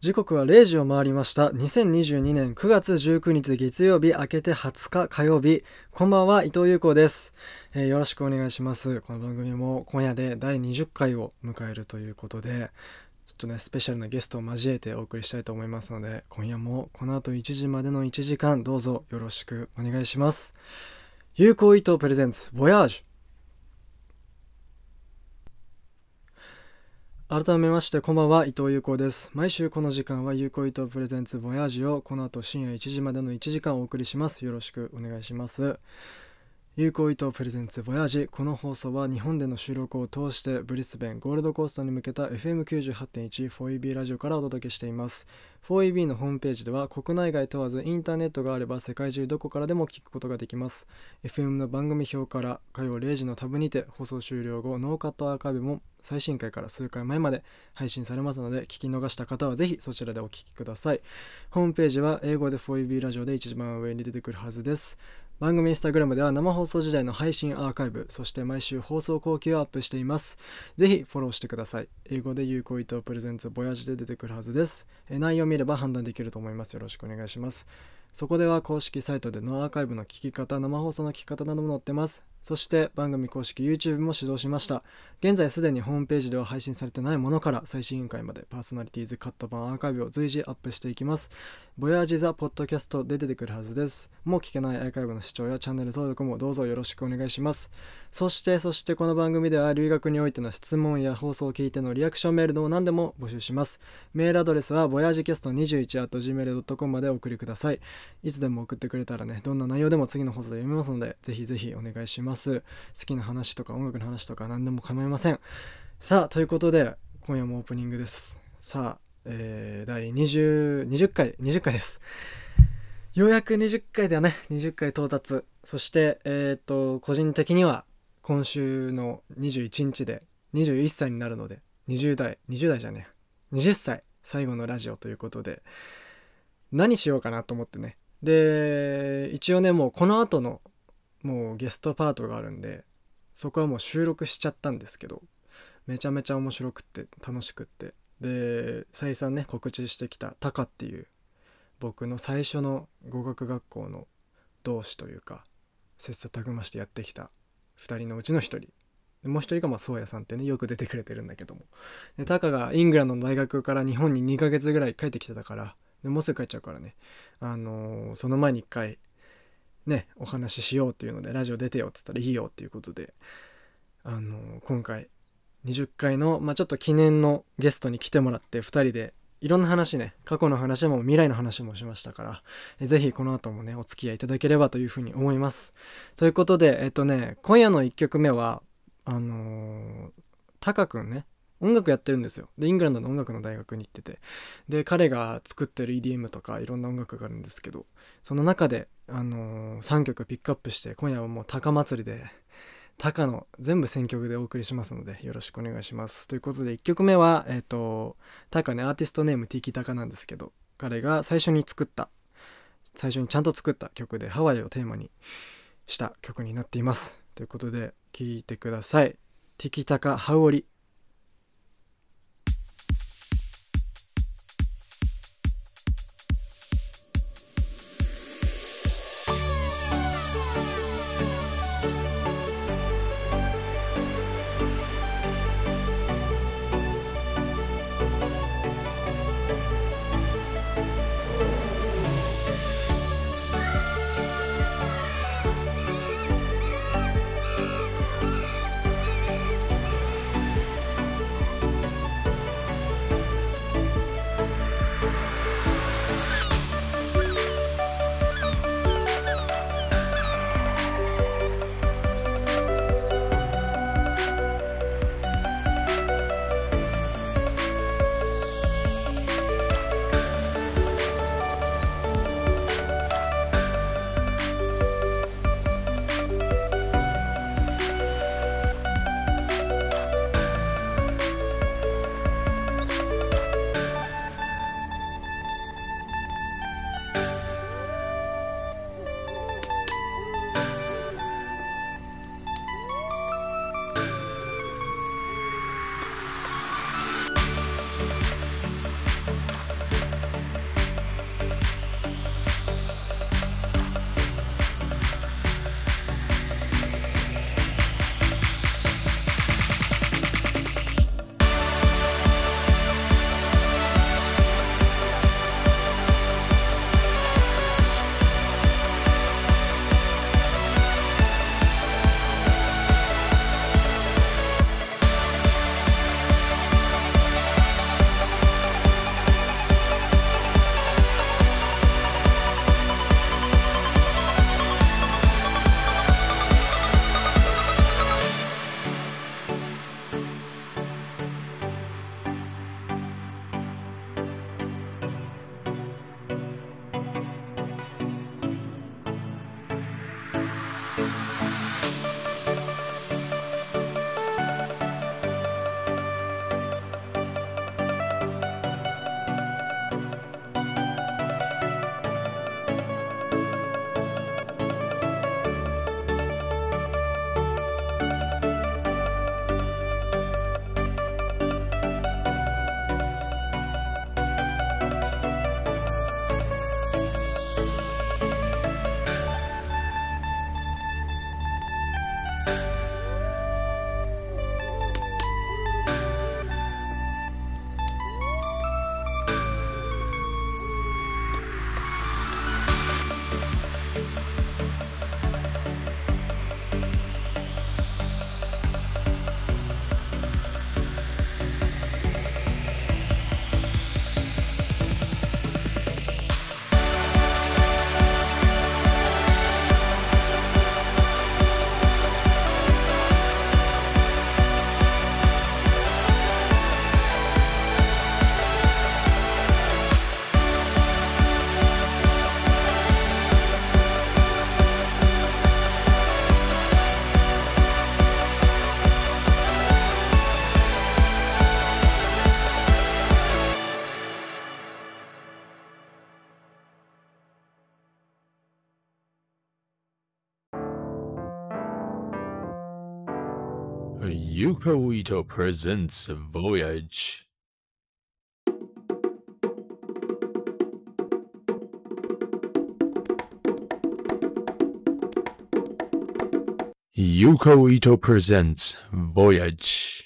時刻は0時を回りました2022年9月19日月曜日明けて20日火曜日こんばんは伊藤優子です、えーよろしくお願いしますこの番組も今夜で第20回を迎えるということでちょっとねスペシャルなゲストを交えてお送りしたいと思いますので今夜もこの後1時までの1時間どうぞよろしくお願いします有効伊藤プレゼンツボヤージュ改めましてこんばんは伊藤優子です毎週この時間は有効伊藤プレゼンツボヤージュをこの後深夜1時までの1時間お送りしますよろしくお願いします有効伊藤プレゼンツボヤージュこの放送は日本での収録を通してブリスベンゴールドコーストに向けた FM98.14EB ラジオからお届けしています 4EB のホームページでは国内外問わずインターネットがあれば世界中どこからでも聞くことができます FM の番組表から火曜0時のタブにて放送終了後ノーカットアーカイブも最新回から数回前まで配信されますので聞き逃した方はぜひそちらでお聞きくださいホームページは英語で 4EB ラジオで一番上に出てくるはずです番組インスタグラムでは生放送時代の配信アーカイブそして毎週放送後期をアップしていますぜひフォローしてください英語で有効意図プレゼンツボヤージで出てくるはずですえー内容を見れば判断できると思いますよろしくお願いしますそこでは公式サイトでのアーカイブの聞き方、生放送の聞き方なども載ってます。そして番組公式 YouTube も始動しました。現在すでにホームページでは配信されてないものから最新回までパーソナリティーズカット版アーカイブを随時アップしていきます。Voyage the Podcast で出てくるはずです。もう聞けないアーカイブの視聴やチャンネル登録もどうぞよろしくお願いします。そしてそしてこの番組では留学においての質問や放送を聞いてのリアクションメールの何でも募集します。メールアドレスは voyagecast21.gmail.com までお送りください。いつでも送ってくれたらね、どんな内容でも次の放送で読みますので、ぜひぜひお願いします。好きな話とか音楽の話とか何でも構いません。さあ、ということで、今夜もオープニングです。さあ、えー、第20、20回、20回です。ようやく20回だよね、20回到達。そして、えーっと、個人的には、今週の21日で21歳になるので、20代、20代じゃねえ、20歳、最後のラジオということで、何しようかなと思ってねで一応ねもうこの後のもうゲストパートがあるんでそこはもう収録しちゃったんですけどめちゃめちゃ面白くって楽しくってで再三ね告知してきたタカっていう僕の最初の語学学校の同志というか切磋琢磨してやってきた2人のうちの1人でもう1人がまあ宗谷さんってねよく出てくれてるんだけどもでタカがイングランドの大学から日本に2ヶ月ぐらい帰ってきてたからでもうすぐ帰っちゃうからね、あのーその前に一回ねお話ししようっていうのでラジオ出てよって言ったらいいよっていうことで、あのー今回20回の、まあ、ちょっと記念のゲストに来てもらって2人でいろんな話ね過去の話も未来の話もしましたからえぜひこの後もねお付き合いいただければというふうに思いますということでえっとね今夜の1曲目はあのータカくんね音楽やってるんですよでイングランドの音楽の大学に行っててで彼が作ってる EDM とかいろんな音楽があるんですけどその中で、あのー3曲ピックアップして今夜はもう高祭りで高の全部選曲でお送りしますのでよろしくお願いしますということで1曲目はえっ、と高ねアーティストネーム T キタカなんですけど彼が最初に作った最初にちゃんと作った曲でハワイをテーマにした曲になっていますということで聴いてくださいティキタカハウオリ「ゆかおいとプレゼンツ Voyage ゆかおいとプレゼンツ Voyage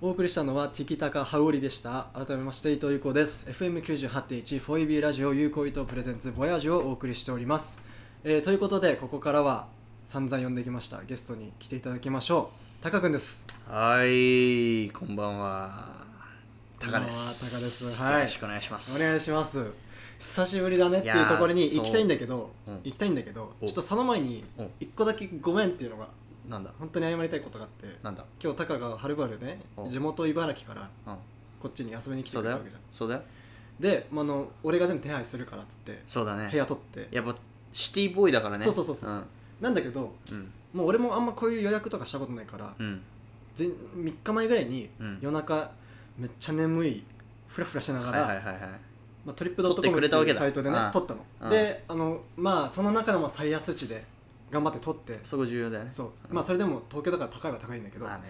お送りしたのはティキタカハウリでした改めまして伊藤優子です FM98.1 フォイビーラジオ有効伊藤プレゼンツボヤージュをお送りしております、えーということでここからは散々呼んできましたゲストに来ていただきましょうタカくんですはい、こんばんは。タカこんばんはタカでです。すはいよろしくお願いします。お願いします久しぶりだねっていうところに行きたいんだけど、いやーそううん行きたいんだけどおちょっとその前にうん一個だけごめんっていうのがなんだ、本当に謝りたいことがあってなんだ。今日タカがはるばるねお地元茨城からうん、こっちに遊びに来てそくうれだたわよけじゃん。そうだよ。で、まあ、あの俺が全部手配するからっつってそうだね。部屋取ってやっぱシティボーイだからね。そうそうそうそうなんだけどうん。もう俺もあんまこういう予約とかしたことないから、うん。全3日前ぐらいにうん夜中めっちゃ眠いフラフラしなうん。がはいら、はいはいはい。まあ、トリップドットコ撮ってムっくてれたわいけうだサイトでねああ撮ったあのあであのまあその中でも最安値で頑張って撮ってそこ重要だよね。そううんまあそれでも東京だから高いは高いんだけどまあね。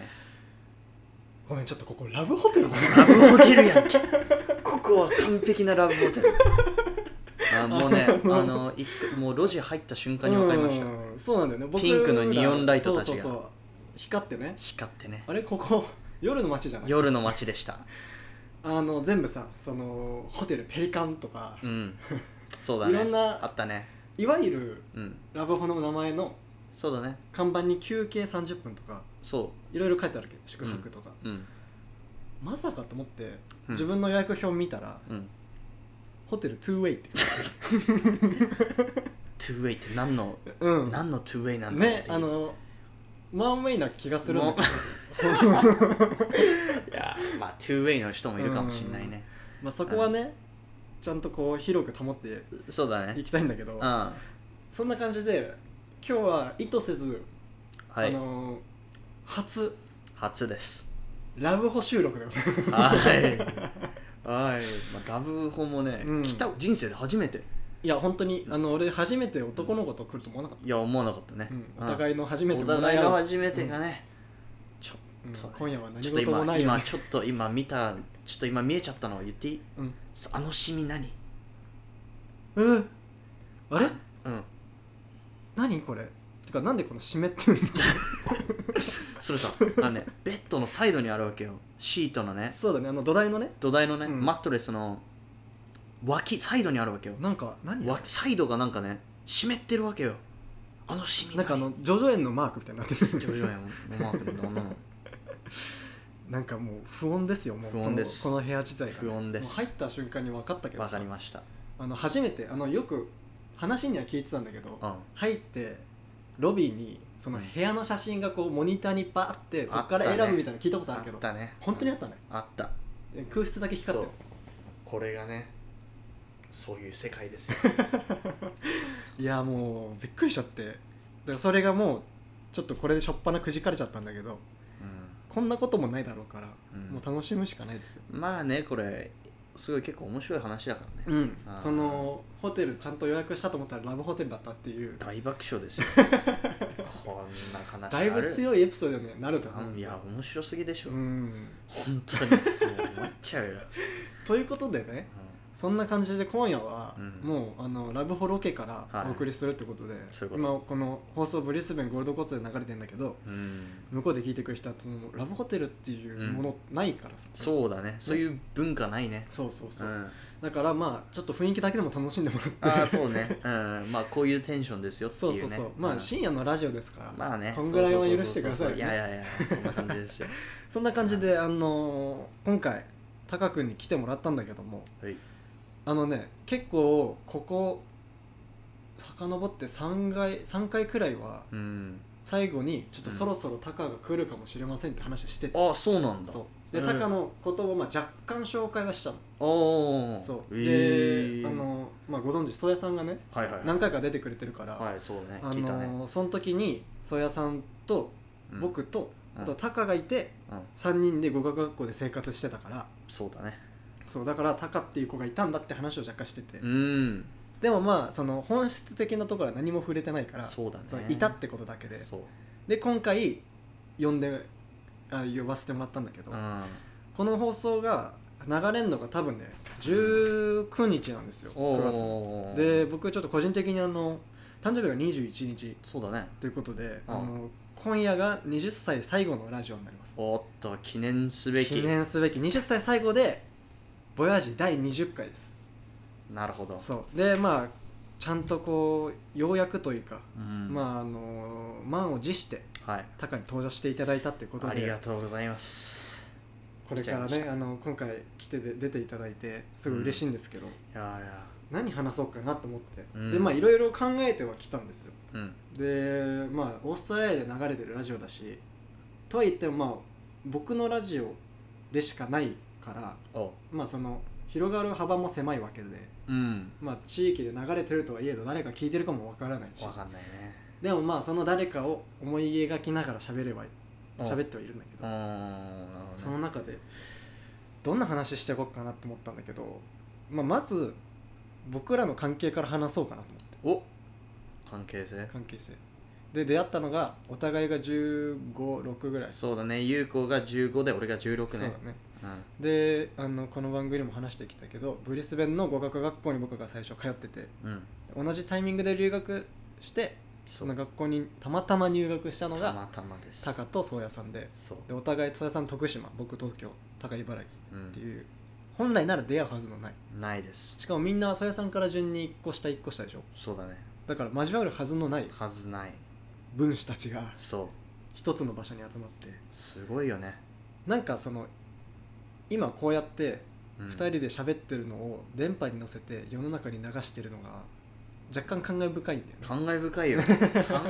ごめんちょっとここラブホテルかなラブホテルやんけ。ここは完璧なラブホテル。 あも うね、あの、一回もう路地入った瞬間に分かりました。うんそうなんだよね僕らピンクのニオンライトたちがそうそうそう光ってね光ってね。あれこ こ夜の街じゃない夜の街でした。あの全部さそのホテルペリカンとか、うん。そうだね。いろんなあったね。いわゆるうん。ラブホの名前のそうだね。看板に休憩30分とかそいろいろ書いてあるけど宿泊とか、う。うん。まさかと思ってうん自分の予約表見たら、うん。ホテル 2way ってトゥーウェイって何の、うん何のトゥーウェイなんだろうっねていうあのワンウェイな気がす るんだけどもいやまあトゥーウェイの人もいるかもしれないね、まあそこはねちゃんとこう広く保ってそうだねいきたいんだけうどんはそんな感じで今日は意図せず、あいのー初初です ラブホ収録でございますはいはい、まあ、ラブホもね、うん来た人生で初めて いや本当にあの俺初めて男の子と来ると思わなかっいや思わなかったねた、、うんうおん互いの初めておもら互いい合のう初めてがね、ちょうんそう今夜はちょ何っと事もな今いよ今ちょっと今見たちょっと今見えちゃったのを言っていいうんあのシミ何うんあれうん何これてかなんでこの湿ってるんだそれさあのねベッドのサイドにあるわけよシートの ねそうだねあの土台のね土台のね、うんマットレスの脇サイドにあるわけよなんか何脇サイドがなんかね湿ってるわけよあのシミなんかあのジョジョ園のマークみたいになってる 徐々にマークのあんなのなんかもう不穏ですよもう不穏ですこのこの部屋自体が不穏ですもう入った瞬間に分かったけどわさかりましたあの初めてあのよく話には聞いてたんだけどうん入ってロビーにその部屋の写真がこうモニターにバーってそこからあったね選ぶみたいなの聞いたことああるけど、ったね本当にあったねあった空室だけ光ってるこれがねそういう世界ですよいやもうびっくりしちゃってだからそれがもうちょっとこれでしょっぱなくじかれちゃったんだけどこんなこともないだろうから、うんもう楽しむしかないですようんまあねこれすごい結構面白い話だからね、うんあーそのホテルちゃんと予約したと思ったらラブホテルだったっていう大爆笑ですよ こんな話だいぶい強いエピソードにはなると思ういや面白すぎでしょ、うん本当にもう終わっちゃうよ、ということでねそんな感じで今夜は、うんもうあのラブホロケからはいお送りするってことで、そういうこと今この放送ブリスベンゴールドコーストで流れてんだけどうんうん向こうで聞いてくる人はそのラブホテルっていうものないからさ、そうだねそういう文化ないねそうそうそうう、んだからまあちょっと雰囲気だけでも楽しんでもらってああそ うねうんまあこういうテンションですよってそういそううねそうまあん深夜のラジオですから、まあねこんぐらいは許してくださいねそうそうそうそういやいやいやそんな感じですよそんな感じで、あのー今回タカ君に来てもらったんだけどもはいあのね結構ここ遡って3回3回くらいはうん最後にちょっとそろそろタカが来るかもしれませんって話してて、ああそうなんだそうで、うんタカのことをまあ若干紹介はしたのおおそうえで、あのーまあ、ご存知宗谷さんがねはいはい何回か出てくれてるから、はいそうねあ聞いたねのーその時に宗谷さんとうん僕と、うんあとタカがいてうん3人で語学学校で生活してたからそうだねそうだからタカっていう子がいたんだって話を若干してて、うんでもまあその本質的なところは何も触れてないからそうだねのいたってことだけでそうで今回呼んであ呼ばせてもらったんだけど、うんこの放送が流れるのが多分ね19日なんですよお9ー月で僕ちょっと個人的にあの誕生日が21日そうだねということで、うんあの今夜が20歳最後のラジオになりますおっと記念すべ記き念すべき20歳最後で「ボヤージ第20回ですなるほどそうでまあちゃんとこうようやくというか、うんまああの満を持してはいタカに登場していただいたってことありがでとうございますこれから来ちゃいましねたあの今回来てで出ていただいてすごい嬉しいんですけど、いやいや何話そうかなと思って、うんでまあいろいろ考えてはきたんですようんでまあオーストラリアで流れてるラジオだしとは言ってもまあ僕のラジオでしかないからおまあその広がる幅も狭いわけでうんまあ地域で流れてるとはいえど誰か聞いてるかもわからないしわかんないねでもまあその誰かを思い描きながら喋ればお喋ってはいるんだけうど、ーんなるほどねその中でどんな話していこうかなと思ったんだけど、まあ、まず僕らの関係から話そうかなと思って。お関係性関係性で出会ったのがお互いが156ぐらいそうだね優子が15で俺が16そうだねねうんであのこの番組でも話してきたけどブリスベンの語学学校に僕が最初通っててうん同じタイミングで留学してその学校にたまたま入学したのたがまたまですタカと宗谷さんでそうでお互い宗谷さん徳島僕東京高茨う城ってんいう、本来なら出会うはずのないないですしかもみんな宗谷さんから順に1個下1個下でしょそうだねだから交わるはずのないはずない分子たちがそう一つの場所に集まってすごいよねなんかその今こうやってうん2人で喋ってるのを電波に乗せて世の中に流してるのが若干感慨深いんだよね、感慨深 いよ感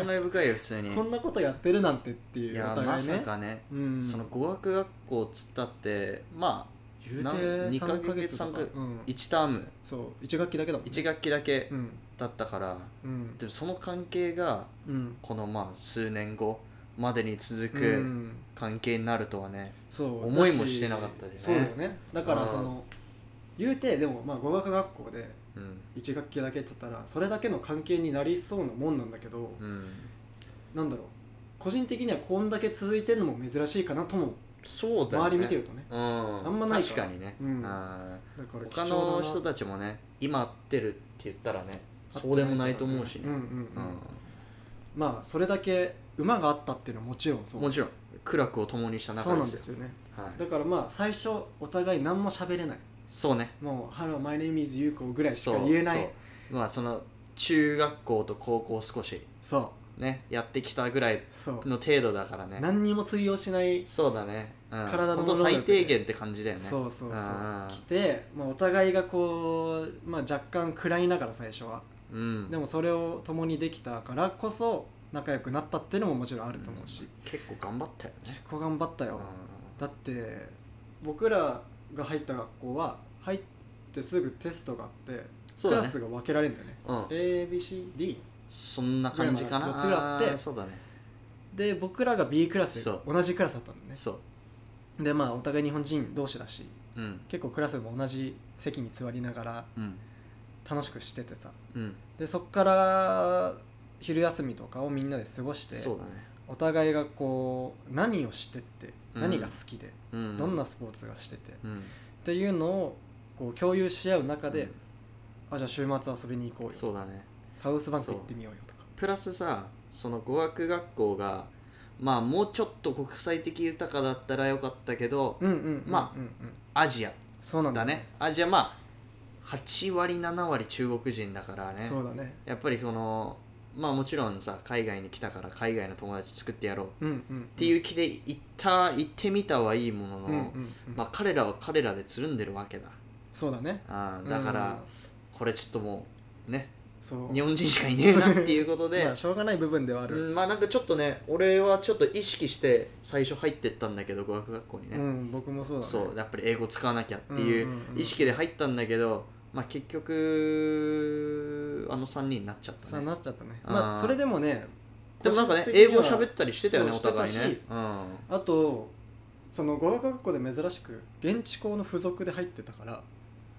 慨深いよ普通にこんなことやってるなんてっていいうやおま互いさね、かねうん、その語学学校っつったってま言うてなん二ヶ3月ヶ月とか三ヶ月うんあ、1タームそう1学期だけだもん、ね、 1学期だけうんだったからうんでもその関係がうんこのまあ数年後までに続うくん関係になるとはねそう思いもだしてなかったりねそうだよねだからうんその言うてでもまあ語学学校でうん1学期だけって言ったらそれだけの関係になりそうなもんなんだけど、うんなんだろう個人的にはこんだけ続いてるのも珍しいかなともそうだよ周ねり見てるとねうんあんまないか確らかにねうんあだからー貴重だ他なの人たちもね今会ってるって言ったらねそうでもないと思うしねうんうんううんんまあそれだけ馬があったっていうのはもちろんそうもちろん苦楽を共にしたそ中うでなんすでよすよねはいだからまあ最初お互い何も喋れないそうねもう「Hello my name is ゆうこ」ぐらいしか言えないそうそうまあその中学校と高校少しそうねやってきたぐらいそうの程度だからね何にも通用しないそうだね、うん、体のほんと能力最低限って感じだよねそうそうそうあー来て、まあ、お互いがこう、まあ、若干食らいながら最初はうんでもそれを共にできたからこそ仲良くなったっていうのももちろんあると思うし、結構頑張ったよね結構頑張ったよ、うだって僕らが入った学校は入ってすぐテストがあって、クそうだラねスが分けられるんだよねん、うん、 ABCD そんな感じかなぐらいまで四つあってあーそうだねで僕らが B クラスそう同じクラスだったんだよそねでまあお互い日本人同士だしううん結構クラスでも同じ席に座りながらうん楽しくしててさうんでそっから昼休みとかをみんなで過ごしてそうだねお互いがこう何をしてってうん何が好きで、うんどんなスポーツがしてて、うんっていうのをこう共有し合う中で、うんあじゃあ週末遊びに行こうよそうだねサウスバンク行ってみようよとかプラスさその語学学校がまあもうちょっと国際的豊かだったらよかったけどうんうんうんうんうんまあアジアそうなんだだねアジアまあ8割7割中国人だからねそうだねやっぱりそのまあもちろんさ海外に来たから海外の友達作ってやろううっんうんっていう気で行った行ってみたはいいものの、うんうんうんまあ彼らは彼らでつるんでるわけだそうだねあーだから、うんこれちょっともうねそう日本人しかいねえなっていうことでまあしょうがない部分ではあうるん、まあなんかちょっとね俺はちょっと意識して最初入ってったんだけど語学学校にうね、ん、僕もそうだねそうやっぱり英語使わなきゃっていんううんううん意識で入ったんだけど、まあ結局あの3人になっちゃったさあねなっちゃったねあーまあそれでもねでもなんかね個人的英に語は喋ったりしてたよねおそう互いしてたねしうんあとその語学学校で珍しく現地校の付属で入ってたから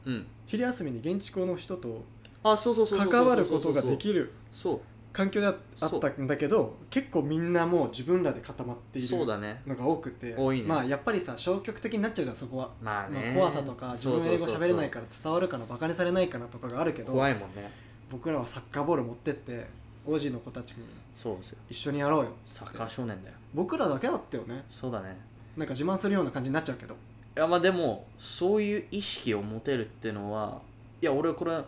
うん昼休みに現地校の人とあそうそうそうそうそうそう関わることができるそう環境でああったんだけど結構みんなもう自分らで固まっているそうだねのが多くて多いねまあやっぱりさ消極的になっちゃうじゃんそこは、まあねまあ怖さとか自分の英語そうそうそうそ喋うれないから伝わるかなバカにされないかなとかがあるけど怖いもんね僕らはサッカーボール持ってって王子の子たちにそうですよ一緒にやろうよサッカー少年だよ僕らだけだったよねそうだねなんか自慢するような感じになっちゃうけどいやまあでもそういう意識を持てるっていうのはいや俺はこれ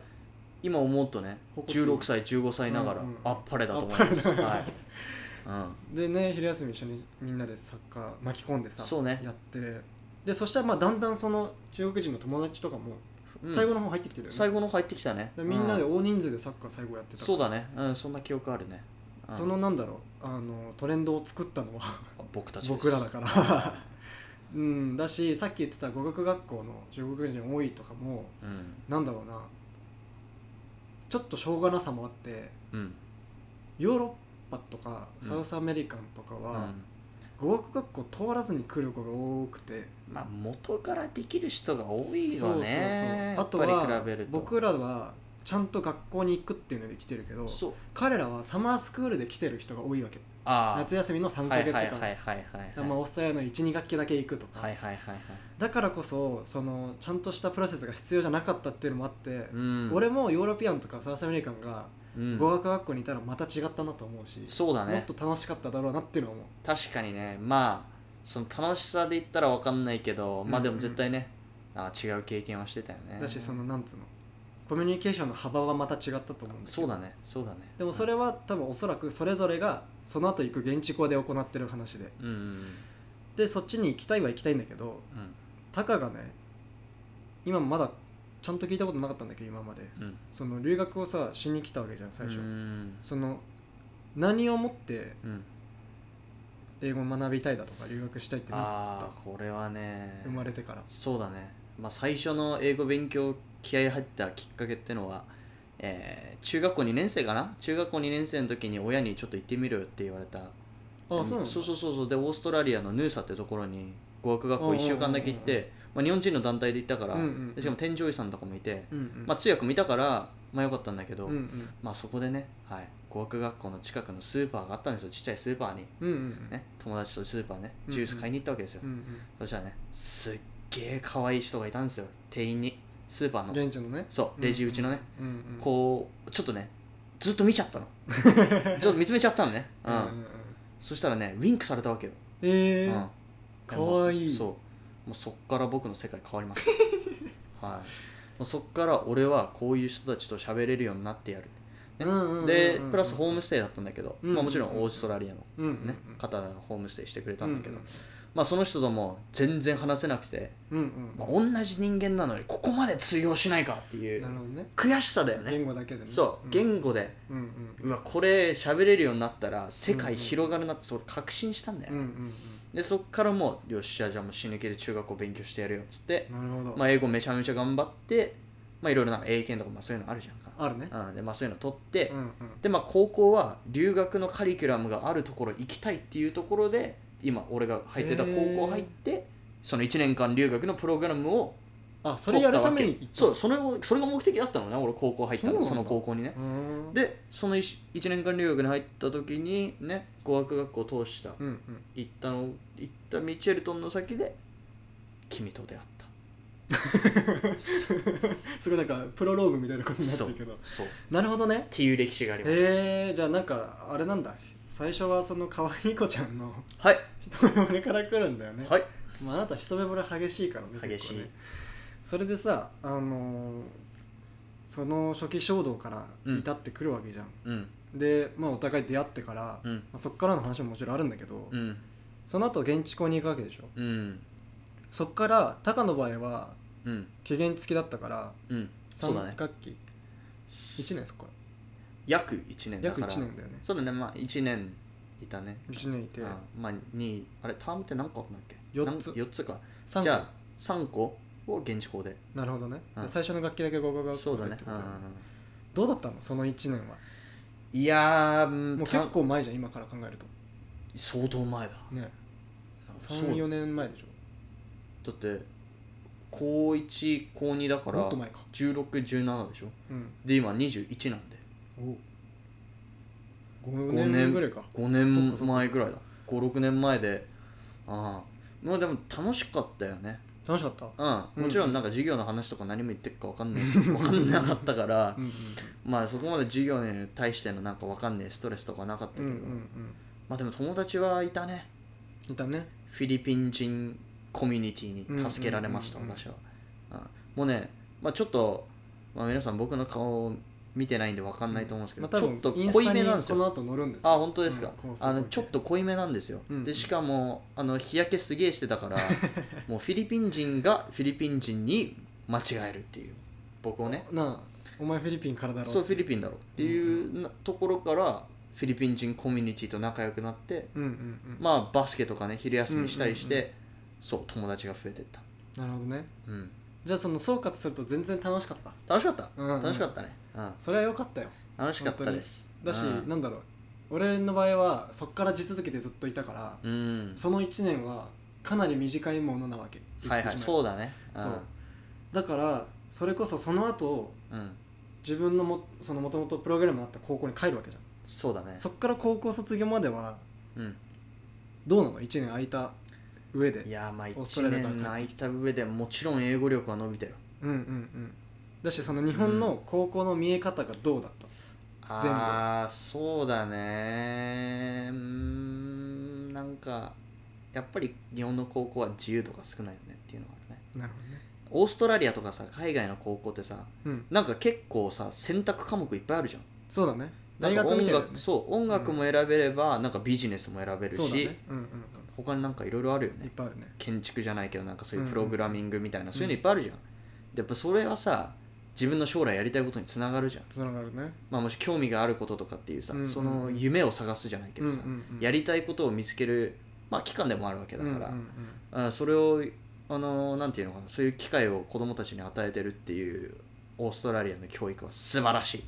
今思うとね誇っていい16歳15歳ながらうんうんあっぱれだと思います、あっぱれだはい、うん、でね昼休み一緒にみんなでサッカー巻き込んでさそうねやってでそしたらまあだんだんその中国人の友達とかもうん最後の方入ってきてるよね、最後の入ってきたねでみんなでう大人数でサッカー最後やってたそうだねうんそんな記憶あるね、うんそのなんだろうあのトレンドを作ったのは僕たちです僕らだから うんだしさっき言ってた語学学校の中国人多いとかもうんなんだろうなちょっとしょうがなさもあってうんヨーロッパとかうんサウスアメリカンとかうは、ん語学学校通らずに来る子が多くてまあ元からできる人が多いよねそうそうそうやあっとぱりは比べると僕らはちゃんと学校に行くっていうので来てるけどそう彼らはサマースクールで来てる人が多いわけああ夏休みの3ヶはい月間、はいはいはいはいまあ、オーストラリアの12学期だけ行くとか、はいはいはいはいだからこそそのちゃんとしたプロセスが必要じゃなかったっていうのもあって、うん俺もヨーロピアンとかサウスアメリカンがうん語学学校にいたらまた違ったなと思うし、そうだもねっと楽しかっただろうなっていうのは思う確かにねまあその楽しさで言ったら分かんないけどまあでも絶対ね、あ違う経験はしてたよねだしそのなんつうのコミュニケーションの幅はまた違ったと思うんだけどそうだねそうだねでもそれは多分おそらくそれぞれがその後行く現地校で行ってる話でうんうんでそっちに行きたいは行きたいんだけどタカがね今まだちゃんと聞いたことなかったんだけど今までうんうんその留学をさしに来たわけじゃん最初、うんその何をもってうん英語を学びたいだとか留学したいってなああこれはね生まれてからそうだね、まあ、最初の英語勉強気合い入ったきっかけってのは、えー中学校2年生かな中学校2年生の時に親にちょっと行ってみろよって言われたああそうなのそうそうそうそうでオーストラリアのヌーサってところに語学学校1週間だけう行っんうて、まあ、日本人の団体で行ったから、うんうんうんしかも添乗員さんとかもいて、うんうんまあ、通訳見たからまあよかったんだけど、うんうんまあそこでね、はい、語学学校の近くのスーパーがあったんですよちっちゃいスーパーに、うんうんね、友達とスーパーねジュース買いに行ったわけですよ、うんそしたらねすっげえ可愛い人がいたんですよ店員にスーパーうんの現地のねそうレジ打ちのね、うんうんこうちょっとねずっと見ちゃった のちょっと見つめちゃったのね、うんうんうんうんそしたらねウィンクされたわけよ、ええうんかわいいそうもうそっから僕の世界変わりまし たはいもうそっから俺はこういう人たちと喋れるようになってやるねうんうんうんうんでプラスホームステイだったんだけど、うんうんうんまあ、もちろんオーストラリアの、ねうんうんうん方がホームステイしてくれたうんんだけど、まあ、その人とも全然話せなくて、うんうんまあ、同じ人間なのにここまで通用しないかっていなるうほどね悔しさだよね言語だけでねそう言語でうんうんうわこれ喋れるようになったら世界広がるなってそれ確信したんだようんうね、んでそっからもうよっしゃじゃあもう死ぬ気で中学校勉強してやるよっつってう、んなるほどまあ、英語めちゃめちゃ頑張ってまあいろいろなんか英検とかまあそういうのあるじゃんかあるねうんでまあそういうの取って、うんうんでまあ高校は留学のカリキュラムがあるところ行きたいっていうところで今俺が入ってた高校入ってその1年間留学のプログラムをあそれやるために行ったそうそれをそれが目的だったのね俺高校入ったのそうなんそだの高校にねうーんでその 1, 年間留学に入った時にね語学学校を通したうんうん行ったの行ったミッチェルトンの先で君と出会っすごいなんかプロローグみたいなことたになってそうるけどそうっなるほどねていう歴史があります、へえー、じゃあなんかあれなんだ最初はその可愛い子ちゃんのはい一目惚れから来るんだよね、はいまあ、あなた一目惚れ激しいからね結構ね激しいそれでさあのーその初期衝動から至ってくるわけじゃん、うんで、まあ、お互い出会ってから、うんまあ、そっからの話ももちろんあるんだけど、うんその後現地校に行くわけでしょうんそっからタカの場合はうん期限付きだったからうんそうだね3学期、1年そっから約1年だ約から1年だよねそうだねまあ1年いたね1年いてあまあ2あれタームって何個あったんだっけ四つなん四つか三じゃあ3個を現地校でなるほどね、うん最初の楽器だけ合格がそうだねってうことんだよどうだったのその1年はうんいやーうんもうた結構前じゃん今から考えると相当前だねそうだ34年前でしって高1高2だょかもらっと前か1617でしょうんで今21なんでおう5年ぐらいかそっ5かそ年っか前ぐらいだ56年前でああもうでも楽しかったよね楽しかったううんんもちろんなんか授業の話とか何も言ってるか分かんな い分かんなかったからうんうんまあそこまで授業に対してのなんか分かんないストレスとかはなかったけうんど、うんまあでも友達はいたねうんいたねフィリピン人コミュニティに助けられました、うんうんうんうん私は、うんもうね、まあ、ちょっと、まあ、皆さん僕の顔を見てないんで分かんないと思うんですけど、まあ多ちょっ分とイン濃スいタめになんですこのよ後載るんですあ本当ですか、うんあのちょっと濃いめなんですよ、うんでしかもあの日焼けすげえしてたから もうフィリピン人がフィリピン人に間違えるっていう僕をねなあお前フィリピンからだろそうフィリピンだろっていうなところからフィリピン人コミュニティと仲良くなってうんうんうんまあバスケとかね昼休みしたりして、うんうそう友達が増えてったなるほどねうんじゃあその総括すると全然楽しかった楽しかった、うんうん楽しかったね、うん、それは良かったよ楽しかったですだし、うんなんだろう俺の場合はそっから地続けてずっといたから、うんその1年はかなり短いものなわけはいはいそうそうだねそうだからそれこそその後うん、うん、自分のもその元々プログラムだった高校に帰るわけじゃそうだねんそっから高校卒業まではうんどうなの1年空いた上でいやーまあオーストラリ1アから帰って年泣いた上でもちろん英語力は伸びたようんうんうんだしその日本の高校の見え方がどうだった、全部ああそうだねうーんなんかやっぱり日本の高校は自由度が少ないよねっていうのがあるねなるほどねオーストラリアとかさ海外の高校ってさうんなんか結構さ選択科目いっぱいあるじゃんそうだねな大んか学みたいだよ音楽ねそう音楽も選べれば、なんかビジネスも選べるそうだし、ねうんうん他になんかいろいろあるようんいっねぱいあるね建築じゃないけどなんかそういううんうんプログラミングみたいな、そういうのいっぱいあるじゃん、でやっぱそれはさ自分の将来やりたいことにつながるじゃんつながるねまあ、もし興味があることとかっていうさ、うんうんうんその夢を探すじゃないけどさ、うんうんうんやりたいことを見つける、まあ、期間でもあるわけだから、うんうんあそれをあのなんていうのかなそういう機会を子供たちに与えてるっていうオーストラリアの教育は素晴 らしい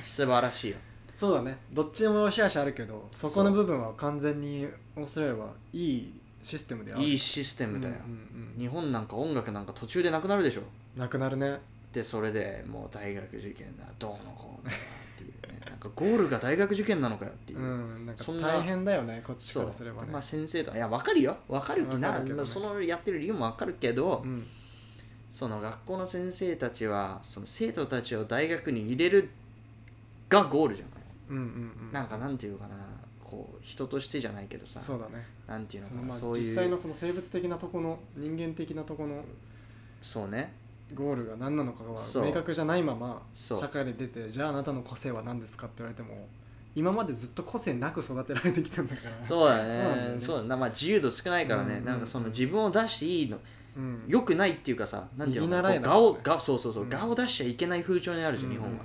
素晴らしいようんそうだねどっちも良し悪しあるけどそこの部分は完全にオーストラリアはいいシステムであるいいシシステスムだよ、うんうんうん日本なんか音楽なんか途中でなくなるでしょなくなるねでそれでもう大学受験だどうのこうのだっていう ねなんかゴールが大学受験なのかよっていうう、んなんかそんな大変だよねこっちそかうらすればねまあ、先生とかいや分かるよ分かるけどわなかるけどねそのやってる理由も分かるけど、うんその学校の先生たちはその生徒たちを大学に入れるがゴールじゃない、うんうんなんかなんていうかなこう人としてじゃないけどさそうだねなんていうのそかのなまあそういう実際のその生物的なとこの人間的なとこのそうね ゴールが何なのかがそう明確じゃないままそ社う会で出てじゃああなたの個性は何ですかって言われても今までずっと個性なく育てられてきたんだからそうだねそうなんだよねそうだなまあ自由度少ないからうね、んうんうんなんかその自分を出していいのうんよくないっていうかさなんていうの右か習ないこうな顔がそうそうそう、うん顔出しちゃいけない風潮にあるじゃん日本は、うん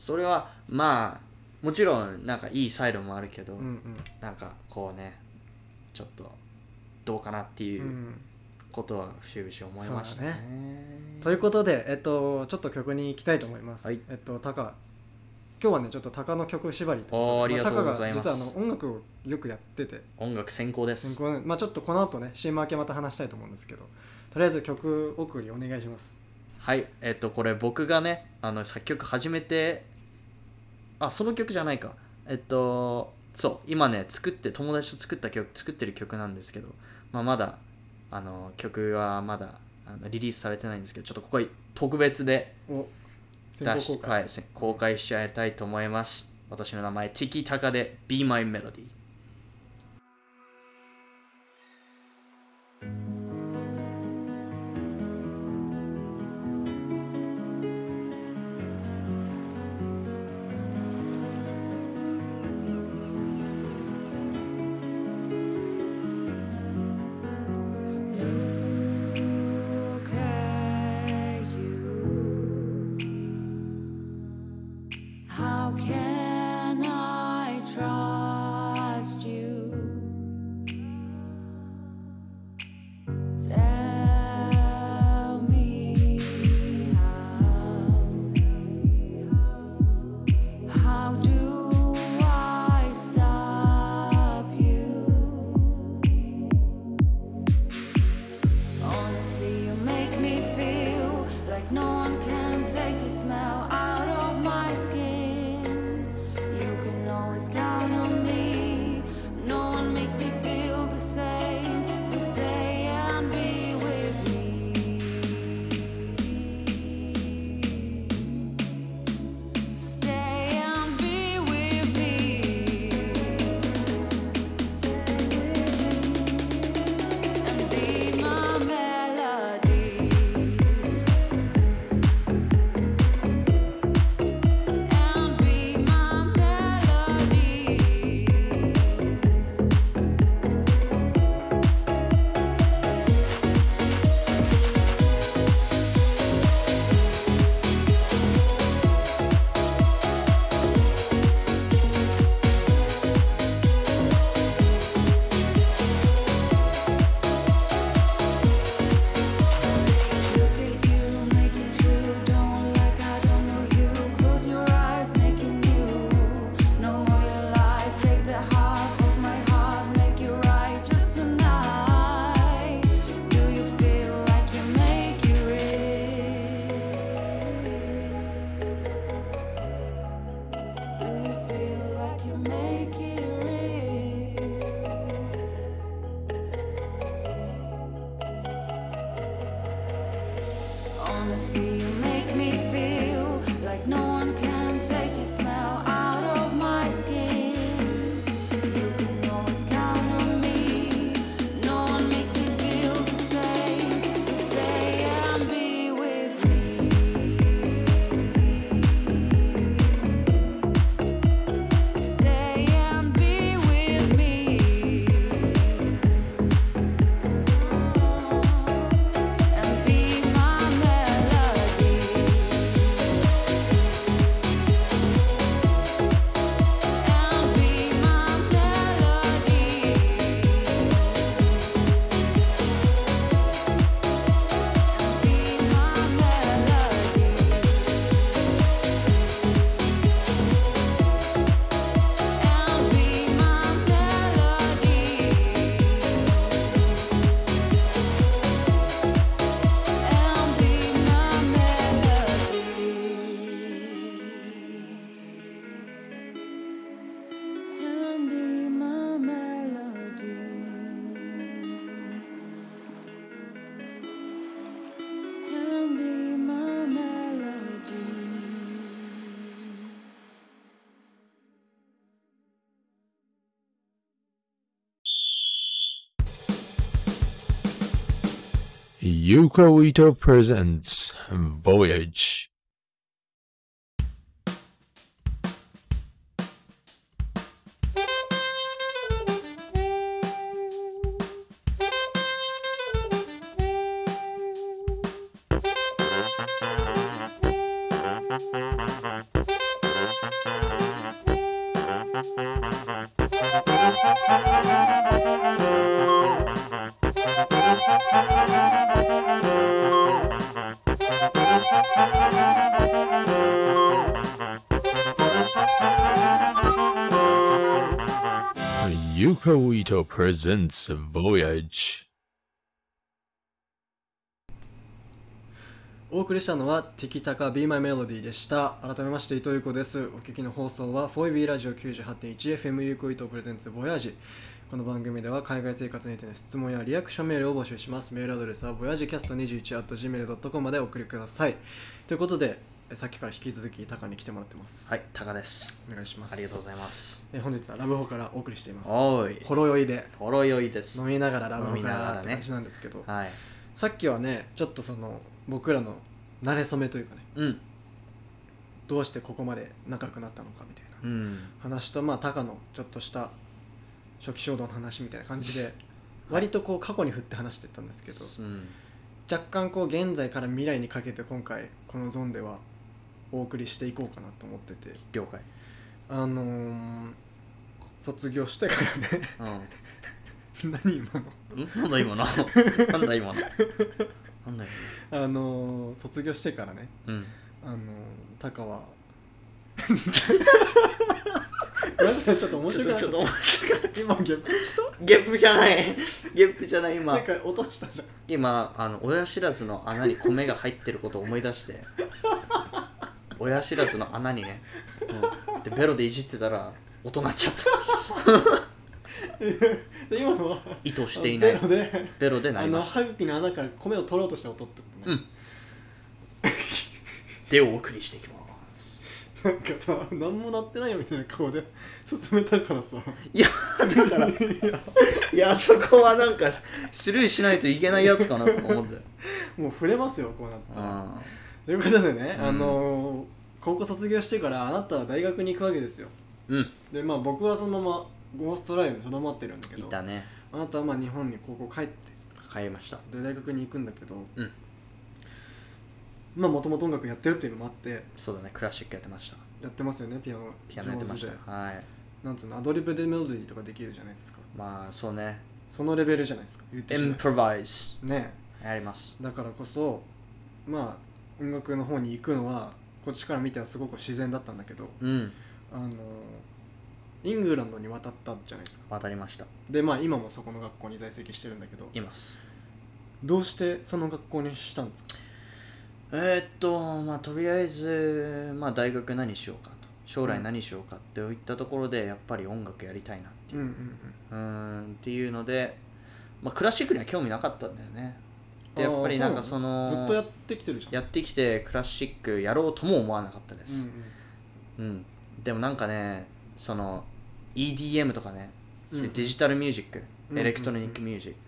それはまあもちろんなんかいいサイドもあるけど、うんうんなんかこうねちょっとどうかなっていううんことは節々思いましたね,、ということで、えっと、ちょっと曲に行きたいと思います。はいえっと、タカ、今日はね、ちょっとタカの曲縛りというこおーあとりでがとうございますまあタカが実はあの音楽をよくやってて、音楽先行ですこうまあ、ちょっとこの後ね、CM 明けまた話したいと思うんですけど、とりあえず曲送りお願いします。はいえっとこれ僕がねあの作曲始めてあその曲じゃないかえっとそう今ね作って友達と作った曲作ってる曲なんですけど、まあ、まだあの曲はまだあのリリースされてないんですけどちょっとここは特別でお出先し行公は開。い先公開しちゃいたいと思います私の名前ティキタカで Be My Melody Look at you. How can I try Honestly, you make me feel like no one can take your smell out of my skin. You can always count on me. No one makes you feel the same. So stay and be with me. Stay and be with me. And be my melody. And be my melody. And be my melody. And be my melody. And be my melody. And be my melody. And be my melody. Yuko Ito presents Voyage. ユカウイト presents Voyage お送りしたのは「ティキタカ Be My Melody」でした改めまして伊藤優子ですお聞きの放送は 4B ラジオ 98.1FM 優子伊藤プレゼンツボヤージこの番組では海外生活についての質問やリアクションメールを募集しますメールアドレスは voyagecast21.gmail.com までお送りくださいということでえさっきから引き続きタカに来てもらってますはいタカですお願いしますありがとうございますえ本日はラブホからお送りしていますほおいろ酔いでほろ酔いです飲みながらラブホ飲みかながららっねて感じなんですけど、はいさっきはねちょっとその僕らの慣れ初めというかねうんどうしてここまで仲良くなったのかみたいなうん話とまあタカのちょっとした初期衝動の話みたいな感じで割とこう過去に振って話してたんですけどうん若干こう現在から未来にかけて今回このゾンではお送りしていこうかなと思ってて了解あのー、卒業してからね う何今のんんなんだ今のなんだ今のなんだ今のあのー、卒業してからねうんあのー、タカは なんかちょっと面白くなっちゃっ面白いた今ゲップしたゲップじゃないゲップじゃない今なんか落としたじゃん今あの親知らずの穴に米が入ってることを思い出して親知らずの穴にね、うんでベロでいじってたら音鳴っちゃったで今のは意図していないベロでベロで鳴ありのました歯茎の穴から米を取ろうとした音ってことうね、んでお送りしていきますなんかさ何もなってないよみたいな顔で 進めたからさいやだからいやそこはなんかスルーしないといけないやつかなと思ってもう触れますよこうなった うらんということでね、うんあのー高校卒業してからあなたは大学に行くわけですようんでまあ僕はそのままオーストラリアにとどまってるんだけいどたねあなたはまあ日本に高校帰って帰りましたで大学に行くんだけど、うんまあもともと音楽やってるっていうのもあってそうだねクラシックやってましたやってますよねピアノピアノやってまし上手でたはいなんつうのアドリブでメロディーとかできるじゃないですかまあそうねそのレベルじゃないですか言ってイしまンえプロバイズばねやりますだからこそまあ音楽の方に行くのはこっちから見てはすごく自然だったんだけどうんあのイングランドに渡ったじゃないですか渡りましたでまあ今もそこの学校に在籍してるんだけどいますどうしてその学校にしたんですかえーっとまあとりあえず、まあ、大学何しようかと将来何しようかっていったところでやっぱり音楽やりたいなってういんう,、うんうんうーんっていうので、まあ、クラシックには興味なかったんだよねでやっぱりなんかあーそうなのずっのとやってきてるじゃんやってきてクラシックやろうとも思わなかったでうんうす、んうんでもなんかねその EDM とかね、そういううんデジタルミュージック、うんエレクトロニックミュージック、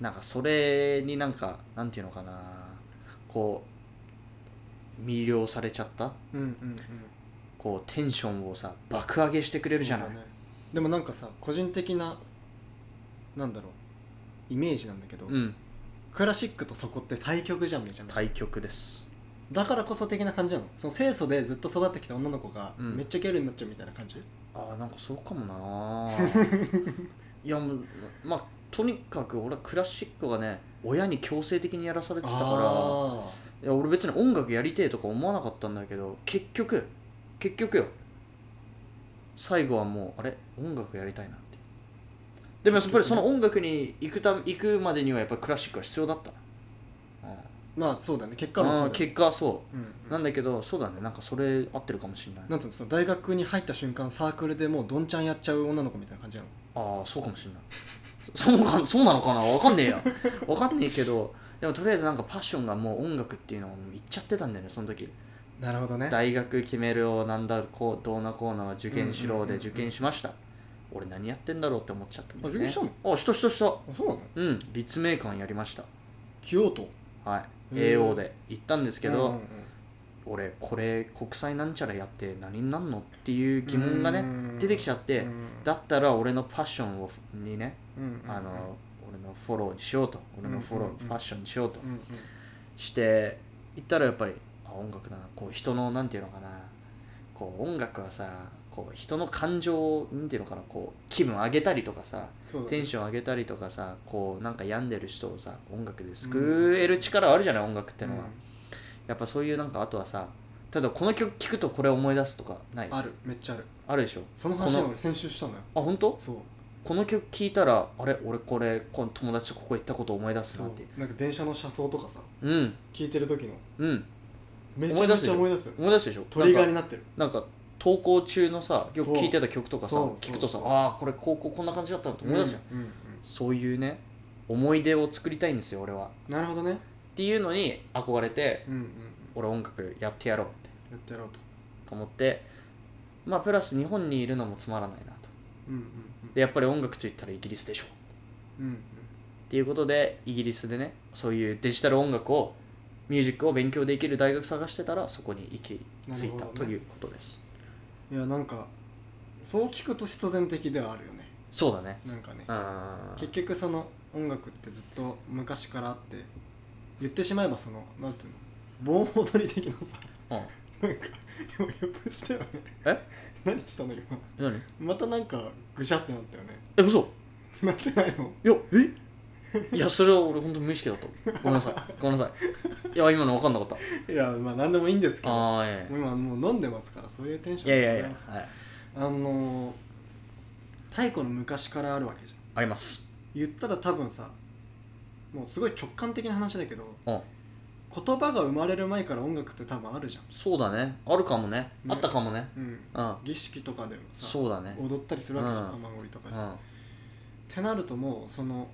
なんかそれになんかなんていうのかなこう魅了されちゃったうんうんこうテンションをさ爆上げしてくれるじゃないそうだねでもなんかさ個人的ななんだろうイメージなんだけど、うんクラシックとそこって対極じゃんめちゃめちゃ対局ですだからこそ的な感じなのその清楚でずっと育ってきた女の子がうんめっちゃギャルになっちゃうみたいな感じ、あーなんかそうかも ないやもうまあとにかく俺はクラシックがね親に強制的にやらされてたからあいや俺別に音楽やりてえとか思わなかったんだけど結局結局よ最後はもうあれ音楽やりたいなってでもやっぱりその音楽に行くた行くまでにはやっぱりクラシックは必要だったなーまあそうだね結う果んはあそうーだね結果はそううんなんだけどそうだねなんかそれ合ってるかもしれないなんつうのその大学に入った瞬間サークルでもうどんちゃんやっちゃう女の子みたいな感じなのああそうかもしれないそうかそうなのかなわかんねえやわかんねえけどでもとりあえずなんかパッションがもう音楽っていうのを言っちゃってたんだよねその時なるほどね大学決めるよなんだこうどうなこうな受験しろうんうんうんでうん受験しました、俺何やってんだろうって思っちゃったんだあ受よね験したのあしたしたしたあそうなのうん立命館やりました着ようとはいへえ AO で行ったんですけど、うんうんうん俺これ国際なんちゃらやって何になんのっていう疑問がねうん出てきちゃって、うんだったら俺のパッションをにねうんうんうんあの俺のフォローにしようと俺のフォロー、うんうんうんファッションにしようとうんうんして行ったらやっぱりあ音楽だなこう人のなんていうのかなこう音楽はさこう人の感情をなんていうのかなこう気分上げたりとかさそうだテねンション上げたりとかさこうなんか病んでる人をさ音楽で救える力あるじゃない音楽ってのは、やっぱそういうなんかあとはさただこの曲聴くとこれ思い出すとかないうんあるめっちゃあるあるでしょそのこ話は俺先週したのよあ本当そうこの曲聴いたらあれ俺これこの友達とここ行ったこと思い出すそなうっていうなんか電車の車窓とかさうん聞いてる時のうんめちゃめちゃ思い出すよ思い出すでしょトリガーなんかになってるなんか投稿中のさよそくう聴いてた曲とかさそう聞くとさそうそうああこれ高校こんな感じだったのって思い出すじゃうん、んうんうんそういうね思い出を作りたいんですよ俺はっなるほどねていうのに憧れてうんうんうん俺音楽やってやろうってやってやろうとと思ってまあプラス日本にいるのもつまらないなとうんうんでやっぱり音楽といったらイギリスでしょうんうんっていうことでイギリスでねそういうデジタル音楽をミュージックを勉強できる大学探してたらそこに行き着いなるたほとどねいうことです、うんいやなんかそう聞くと必然的ではあるよねそうだねなんかねうん結局その音楽ってずっと昔からあって言ってしまえばそのなんていうの盆踊り的なさうんなんかよくしたよねえ何したの今何またなんかぐしゃってなったよねえ嘘なってないのいやえ いやそれは俺本当無意識だとごめんなさいごめんなさいいや今の分かんなかったいやまあ何でもいいんですけどもああいう今もう飲んでますからそういうテンションやいやいでやござますはいあのー、太古の昔からあるわけじゃんあります言ったら多分さもうすごい直感的な話だけどうん言葉が生まれる前から音楽って多分あるじそうだねあるかもねねあったかもねゃん、うん、うん儀式とかでもさ、そうだね踊ったりするわけじゃんうん雨乞いとかうじんゃん、ってなるともうその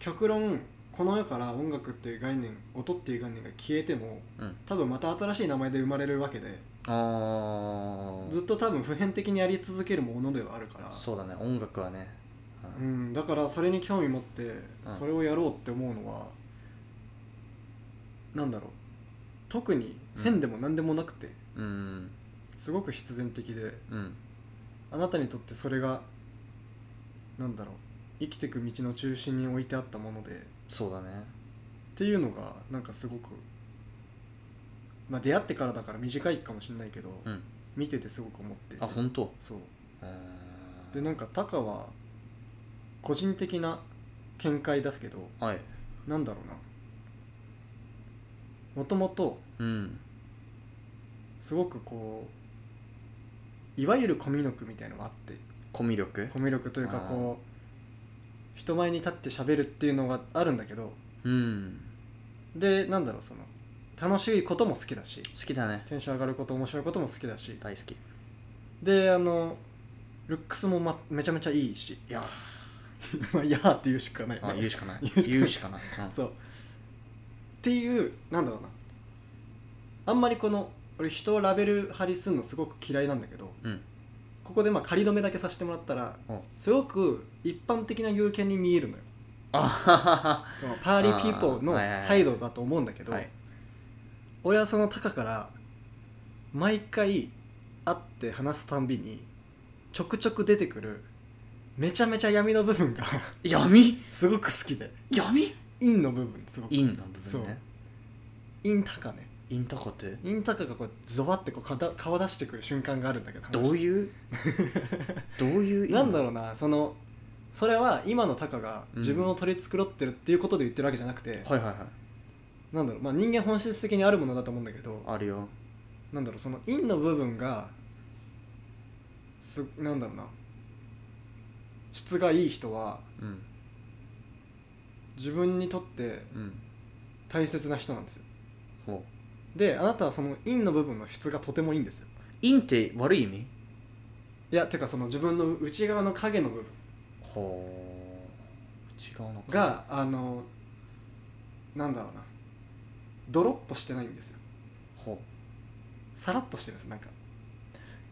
極論この世から音楽っていう概念音っていう概念が消えても、うん多分また新しい名前で生まれるわけであずっと多分普遍的にやり続けるものではあるからあそうだね音楽はねううんん、だからそれに興味持ってそれをやろうって思うのは、なんだろう特に変でも何でもなくて、うんすごく必然的でうんあなたにとってそれがなんだろう生きてく道の中心に置いてあったものでっそうだねていうのがなんかすごく、まあ、出会ってからだから短いかもしれないけど、うん見ててすごく思ってあ本当そううでーんなんかタカは個人的な見解だけど、はいなんだろうなもともとうんすごくこういわゆるコミュ力みたいのがあってコミュ力コミュ力というかあーこう人前に立って喋るっていうのがあるんだけどうんでなんだろうその楽しいことも好きだし好きだねテンション上がること面白いことも好きだし大好きいであのルックスも、ま、めちゃめちゃいいし やまあ「いやー」って言うしかないあ言うしかない言うしかない言うしかないう んそうっていうなんだろうなあんまりこの俺人をラベル貼りするのすごく嫌いなんだけどうんここでまあ仮止めだけさせてもらったらおすごく一般的な有権に見えるのよあはははそのパーリーピーポーのあーはいはいはいサイドだと思うんだけど、はい俺はそのタカから毎回会って話すたんびにちょくちょく出てくるめちゃめちゃ闇の部分が 闇すごく好きで闇陰の部分すごくインの部分ね陰タカねインタコって陰タカがこうゾワってこうかた顔出してくる瞬間があるんだけど どうういうどういう意味なんだろうなそのそれは今のタカがうん自分を取り繕ってるっていうことで言ってるわけじゃなくて、はいはいはいなんだろう、まあ、人間本質的にあるものだと思うんだけどあるよなんだろうその陰の部分がすなんだろうな質がいい人はうん自分にとってうん大切な人なんですよほうであなたはその陰の部分の質がとてもいいんですよインって悪い意味いやてかその自分の内側の影の部分ほう違うのかが、あのなんだろうなドロッとしてないんですよほさらっとしてるんですなんか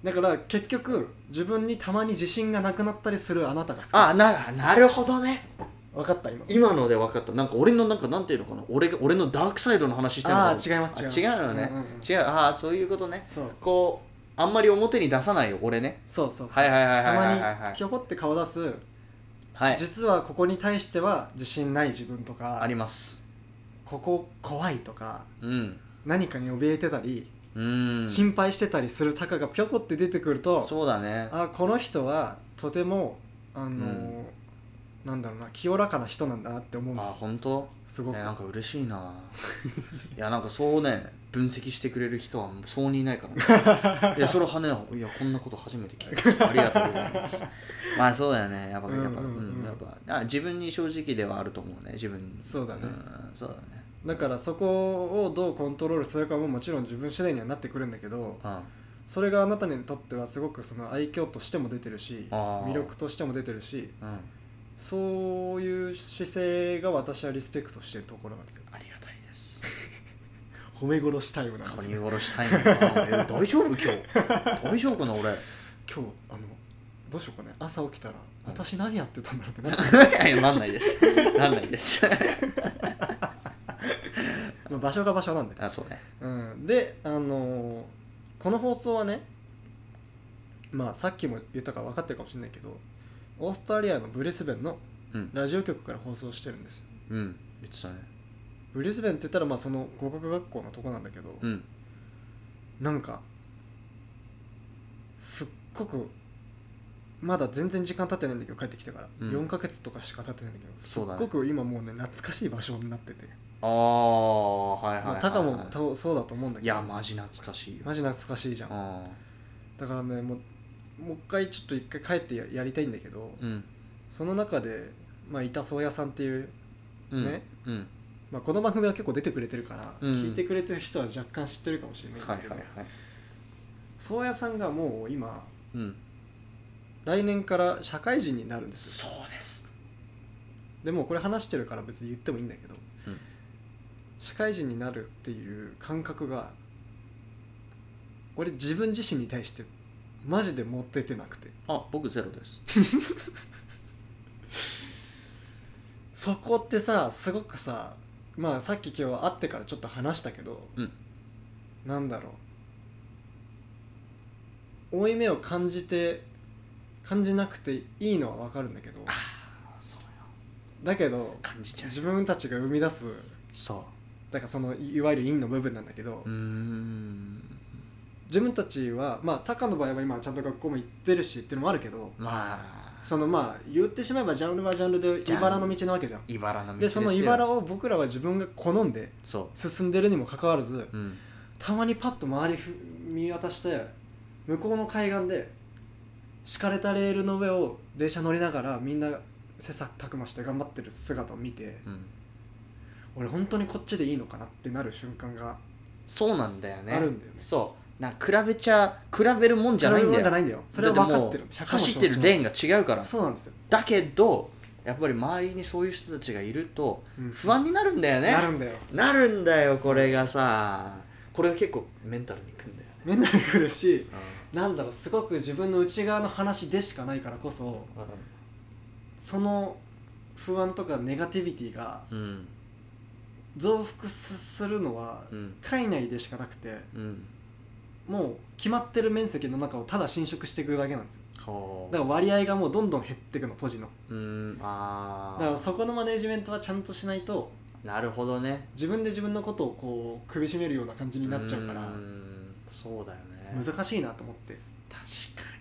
だから結局自分にたまに自信がなくなったりするあなたが好きうあななるほどね分かった今今ので分かったなんか俺のなんかなんていうのかな俺が俺のダークサイドの話してるのかあー違いますあ違います違うのね、うんうんうん違うああそういうことねそうこうあんまり表に出さないよ俺ねそうそうそうはいはいはいはいはいはいたまにひょこって顔出すはい実はここに対しては自信ない自分とあかりますここ怖いとかうん何かに怯えてたり、うーん心配してたりするタカがぴょこって出てくるとそうだねあこの人はとてもあのーうんなんだろうな清らかな人なんだなって思うんあです本当すごくえなんか嬉しいないやなんかそうね分析してくれる人はそうにいないから、 ね、いやそれはねいやこんなこと初めて聞いたありがとうござい ますまあそうだよねやっぱやっぱ、うんうんうんうんやっぱあ自分に正直ではあると思うね自分にそうだねんそうだねだからそこをどうコントロールするかももちろん自分次第にはなってくるんだけどうんあそれがあなたにとってはすごくその愛嬌としても出てるしあー魅力としても出てるしうんあそういう姿勢が私はリスペクトしてるところなんですよりがたいです 褒め殺しタイムなんで噛すみよ殺したいんだなえ大丈夫今日大丈夫かな 俺今日あのどうしようかね朝起きたらうん私何やってたんだろうってな いやなんないですなんないです まあ場所が場所なんで、あそうねうん、であのーこの放送はねまあさっきも言ったから分かってるかもしれないけどオーストラリアのブリスベンのうんラジオ局から放送してるんですようん言ってたねブリスベンって言ったらまあその語学学校のとこなんだけど、うんなんかすっごくまだ全然時間経ってないんだけど帰ってきてから、うん4ヶ月とかしか経ってないんだけどすそっうだねごく今もうね懐かしい場所になってて、ああはいはいはい、まはあ、い、タカもとそうだと思うんだいけどやマジ懐かしいよマジ懐かしいじゃんだあからねもうもう一回ちょっと一回帰ってややりたいんだけど、ーうんその中で、まあ、板宗屋さんっていう、うんねうんまあ、この番組は結構出てくれてるから、うん聞いてくれてる人は若干知ってるかもしれないんはだいけはいどはい宗谷、さんがもう今うん来年から社会人になるんですよそうですでもうこれ話してるから別に言ってもいいんだけど、うん社会人になるっていう感覚が俺自分自身に対してマジで持っててなくてあ僕ゼロですそこってさすごくさまあさっき今日会ってからちょっと話したけど、うんなんだろう負い目を感じて感じなくていいのはわかるんだけどあそうよだけど感じちゃう自分たちが生み出すそだからそのいいわゆる陰の部分なんだけど、ううーん自分たちはまあタカの場合は今ちゃんと学校も行ってるしっていうのもあるけどまあそのまあ言ってしまえばジャンルはジャンルでジャン茨の道なわけじゃん茨の道でですそよの茨を僕らは自分が好んでそ進んでるにもかかわらずううんたまにパッと周りふ見渡して向こうの海岸で敷かれたレールの上を電車乗りながらみんな切磋琢磨して頑張ってる姿を見てうん俺本当にこっちでいいのかなってなる瞬間がそうなんだよねあるんだよねそうなんか比べちゃ比べるもんじゃないんだよじゃないんだよそれは分かってるだもう走ってるレーンが違うからそうなんですよだけどやっぱり周りにそういう人たちがいるとうん不安になるんだよね、なるんだよなるんだよこれがさこれが結構メンタルにくんだよねみんなに来るしうんなんだろうすごく自分の内側の話でしかないからこそその不安とかネガティビティがうん増幅すするのはうん体内でしかなくてうんもう決まってる面積の中をただ侵食していくだけなんですよはだから割合がもうどんどん減っていくのポジのうーんあだからあそこのマネジメントはちゃんとしないとなるほどね自分で自分のことをこう首絞めるような感じになっちゃうからーんそうだよね確か難しいなと思ってに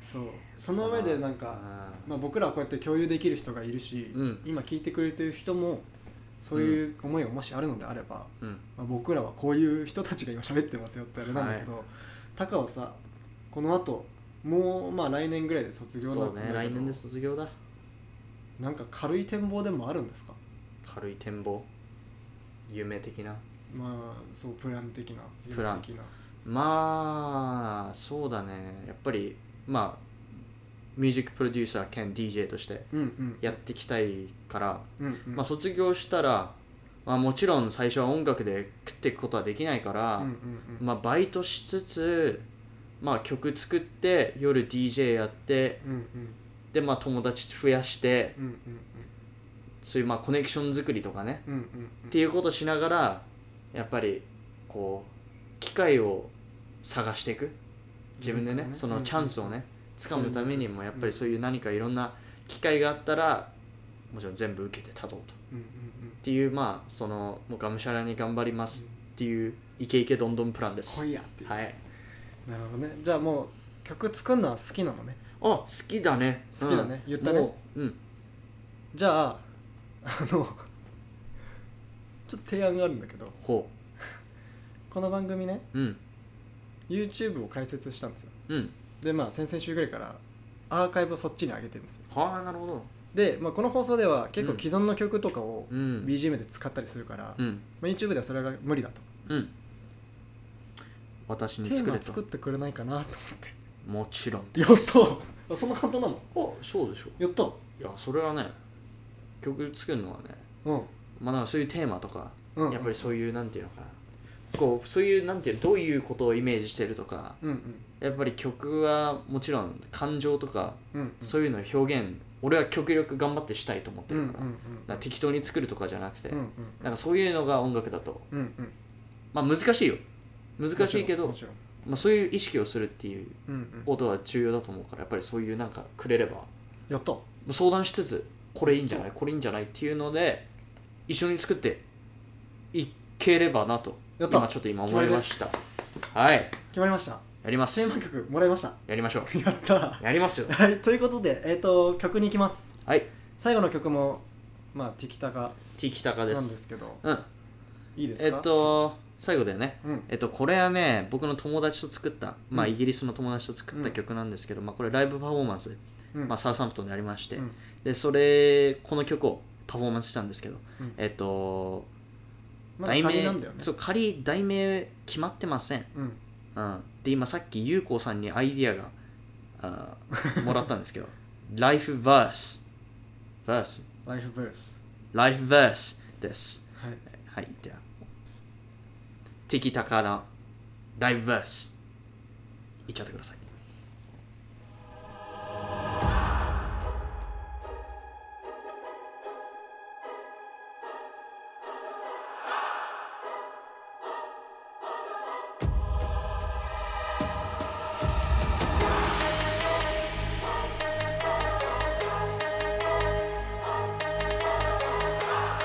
そうその上でなんかまあ、僕らはこうやって共有できる人がいるし、うん今聞いてくれてる人もそういう思いがもしあるのであれば、うんまあ、僕らはこういう人たちが今喋ってますよってあれなんだけど、タカはさこのあともうまあ来年ぐらいで卒業なそんうだねけど来年で卒業だなんか軽い展望でもあるんですか軽い展望夢的なまあそうプラン的なプラン夢的なまあそうだねやっぱりまあミュージックプロデューサー兼 DJ としてうんうんやっていきたいから、うんうんまあ、卒業したら、まあ、もちろん最初は音楽で食っていくことはできないから、うんうんうんまあ、バイトしつつ、まあ、曲作って夜 DJ やってうんうんで、まあ、友達増やしてうんうんそういうまあコネクション作りとかねうんうんうんうんっていうことをしながらやっぱりこう機会を探していく自分でねうんそのチャンスをね掴むためにもやっぱりそういう何かいろんな機会があったらもちろん全部受けて立とうとっうんうんていうまあそのもうがむしゃらに頑張りますっていうイケイケどんどんプランです来いやっていうはいなるほどねじゃあもう曲作るのは好きなのねあ好きだね好きだね言ったねもううんじゃああのちょっと提案があるんだけどほこの番組ねううん YouTube を開設したんですようんでまあ先々週ぐらいからアーカイブをそっちに上げてるんですよはあなるほどで、まあ、この放送では結構うん既存の曲とかをうん BGM で使ったりするから、うんまあ、YouTube ではそれが無理だとうん私にテー作マれ作っとてくれないかなと思ってもちろんやっと その反対なのあそうでしょやっといやそれはね曲作るのはねうんまあなんかそういうテーマとか、うんやっぱりそういうなんていうのかなこうそういうなんていうのどういうことをイメージしてるとかうんうんやっぱり曲はもちろん感情とか、うんうんそういうのを表現俺は極力頑張ってしたいと思ってうんうんるうんから,、だから適当に作るとかじゃなくて、うんうんなんかそういうのが音楽だとうんうんまあ難しいよ難しいけどもちろんもまあ、そういう意識をするっていうちろんうんうんことは重要だと思うからやっぱりそういうなんかくれればやっと相談しつつこれいいんじゃないこれいいんじゃないっていうので一緒に作っていければなとやった今ちょっと今思いました決りですはい決まりましたやりまテーすマ曲もらいました やりましょやったうやりますよはいということでえっ、と曲に行きますはい最後の曲もまあティキタカ T キタなカんでですすけどうんいいですえかっと最後だよねうんえっとこれはね僕の友達と作ったまあうんイギリスの友達と作っうたん曲なんですけどまあこれライブパフォーマンスうんまあサウサンプトンでありましてうんでそれこの曲をパフォーマンスしたんですけどうんえっとまだ仮なんだよねそう仮題名決まってませんうんうん、で今さっきゆうこさんにアイディアがあ ーもらったんですけど「ライフバース」「バース」ライフブース「ライフバース」ですはいはいでは「ティキタカのライフバース」いっちゃってください「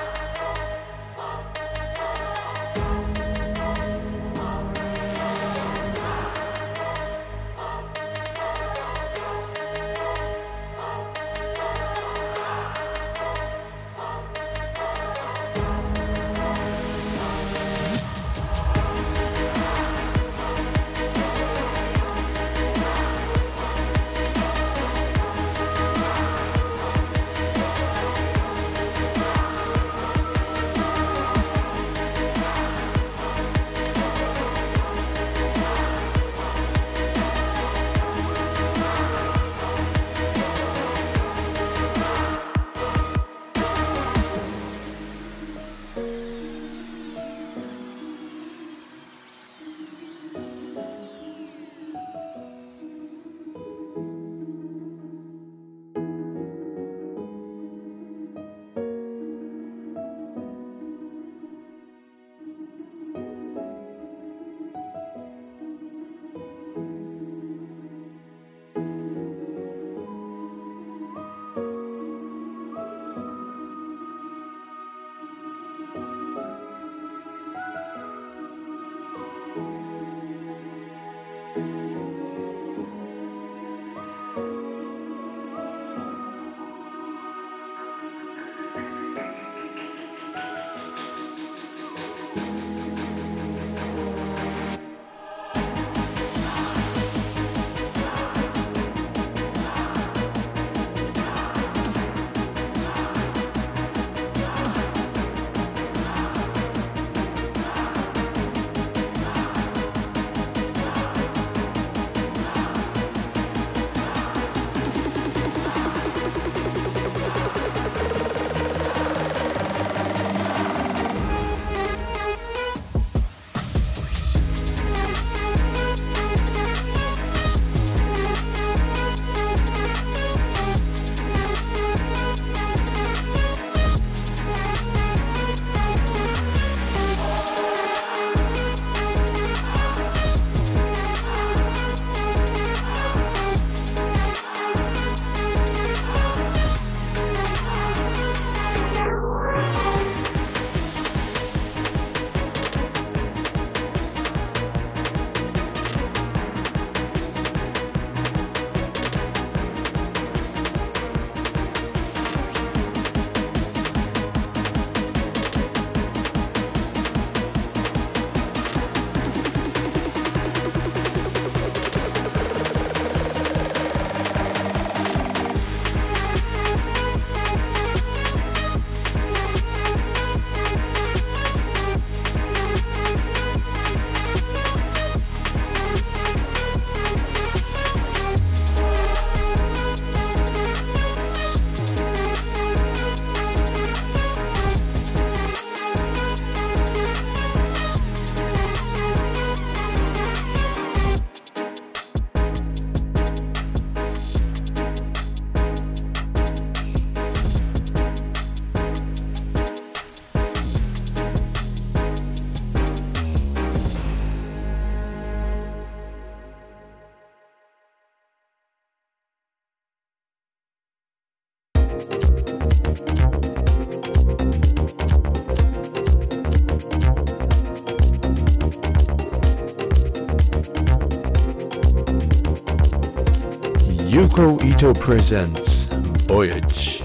Yuko Ito presents Voyage.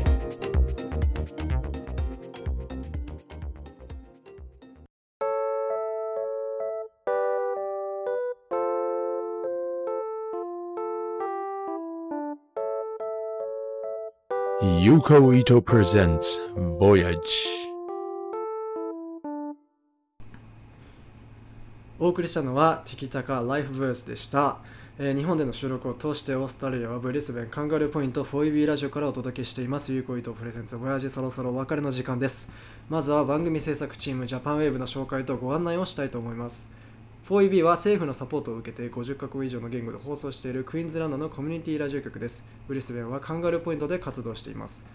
ユーコイトプレゼンツ Voyage お送りしたのは「ティキタカライフブース」でした、えー日本での収録を通してオーストラリアはブリスベンカンガルーポイント 4EB ラジオからお届けしています有効意図プレゼンツボヤジそろそろお別れの時間ですまずは番組制作チームジャパンウェーブの紹介とご案内をしたいと思います 4EB は政府のサポートを受けて50カ国以上の言語で放送しているクイーンズランドのコミュニティラジオ局ですブリスベンはカンガルーポイントで活動しています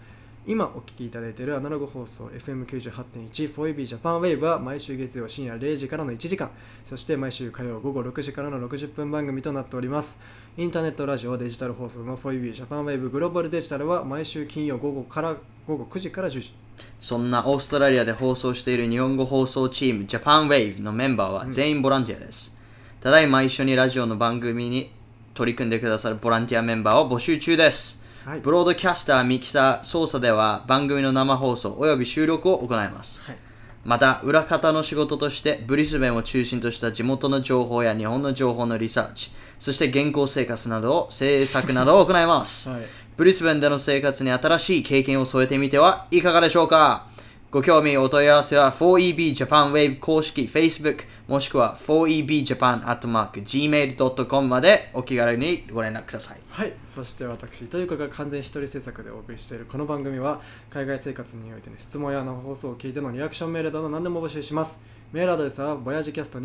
今お聞きいただいているアナログ放送 FM98.14EB ジャパンウェイブは毎週月曜深夜0時からの1時間そして毎週火曜午後6時からの60分番組となっておりますインターネットラジオデジタル放送の 4EB ジャパンウェイブグローバルデジタルは毎週金曜午後から午後9時から10時そんなオーストラリアで放送している日本語放送チームジャパンウェイブのメンバーは全員ボランティアです、ただいま一緒にラジオの番組に取り組んでくださるボランティアメンバーを募集中です、はいブロードキャスターミキサー操作では番組の生放送および収録を行います、はいまた裏方の仕事としてブリスベンを中心とした地元の情報や日本の情報のリサーチそして現行生活などを制作などを行います、はいブリスベンでの生活に新しい経験を添えてみてはいかがでしょうかご興味お問い合わせは 4EB Japan Wave 公式 Facebook もしくは 4EB Japan Gmail.com までお気軽にご連絡くださいはい、そして私糸井子が完全一人制作でお送りしているこの番組は海外生活においての質問やあの放送を聞いてのリアクションメールなど何でも募集しますメールアドレスは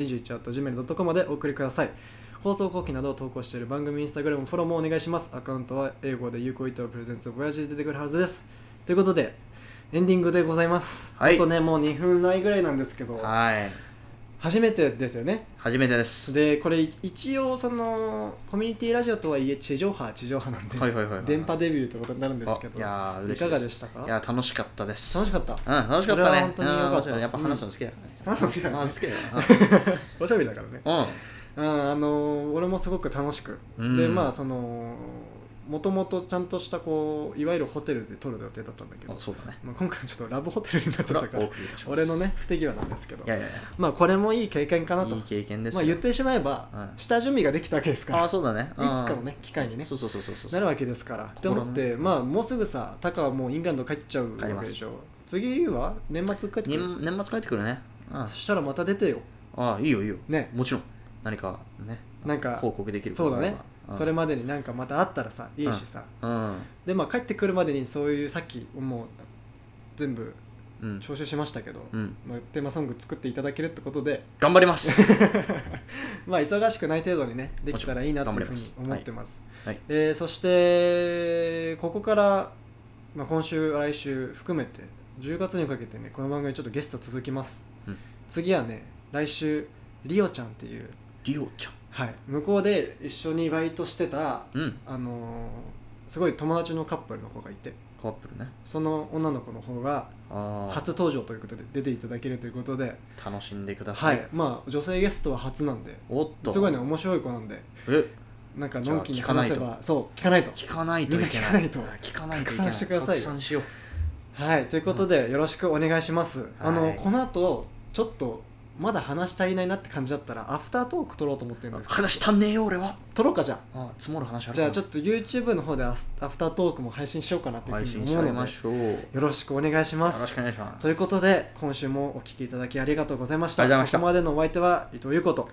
voyagecast21.gmail.com までお送りください放送後期などを投稿している番組インスタグラムフォローもお願いしますアカウントは英語で有効意図をプレゼンツ voyage で出てくるはずですということでエンディングでございます、はいあとねもう2分ないぐらいなんですけどはい初めてですよね初めてですでこれ一応そのコミュニティラジオとはいえ地上波は地上波なんで、はいはいはいはい電波デビューってことになるんですけどあいやー嬉しいかがでしたかいやー楽しかったです楽しかったうん楽しかそったねれは本当に良かったうんやっぱ話すの好きだね、 話すの好きだね話すの好きだよ おしゃべりだからね、なうんうんあのー俺もすごく楽しく、うんでまあそのもともとちゃんとしたこういわゆるホテルで撮る予定だったんだけどあ、そうだねまあ、今回ちょっとラブホテルになっちゃったかおら送りいたします俺のね不手際なんですけどいやいやいまあこれもいい経験かなやといい経験ですまよあ、言ってしまえば、はい下準備ができたわけですからあいあつそうだねうんかのね機会にねそうそうそうそうそうなるわけですからって心の思ってまあもうすぐさタカはもうイングランド帰っちゃうわけでしょ次は年末帰ってくる年年末帰ってくるねうんあそしたらまた出てよあいいよいいよねもちろん何かねなんか報告できるそうだねことがあそれまでになんかまた会ったらさいいしさでまあ帰ってくるまでにそういうさっきもう全部うんうん徴収しましたけどうんまあテーマソング作っていただけるってことで頑張ります まあ忙しくない程度にねできたらいいなというふうもにちろん頑思張っりまてすますはいえーそしてここからまあ今週来週含めて10月にかけてねこの番組ちょっとゲスト続きますうん次はね来週リオちゃんっていうリオちゃはい向こうで一緒にバイトしてたんうんあのーすごい友達のカップルの子がいてカップルねその女の子の方があ初登場ということで出ていただけるということで、あ楽しんでくださはいい、まあ女性ゲストは初なんでおっとすごいね面白い子なんでえなんかのんきにじゃあ聞かない話とせばそう聞かないと聞かないといけみんな聞なかいないと聞かないといけ拡ない散してくださいよ拡散しようはいということでよろしくお願いします、あのこの後ちょっとまだ話し足りないなって感じだったらアフタートーク撮ろうと思ってるんですけど話足んねえよ俺は撮ろうかじゃああ積もる話あるじゃあちょっっと YouTube の方でアスアフタートークも配信しようかなという配ふう信にしち思ゃういのまでしょうよよろしくお願いしまろすしくお願いしますということで今週もお聞きいただきありがとうございましたありがとうございましたここまでのお相手は伊藤優子と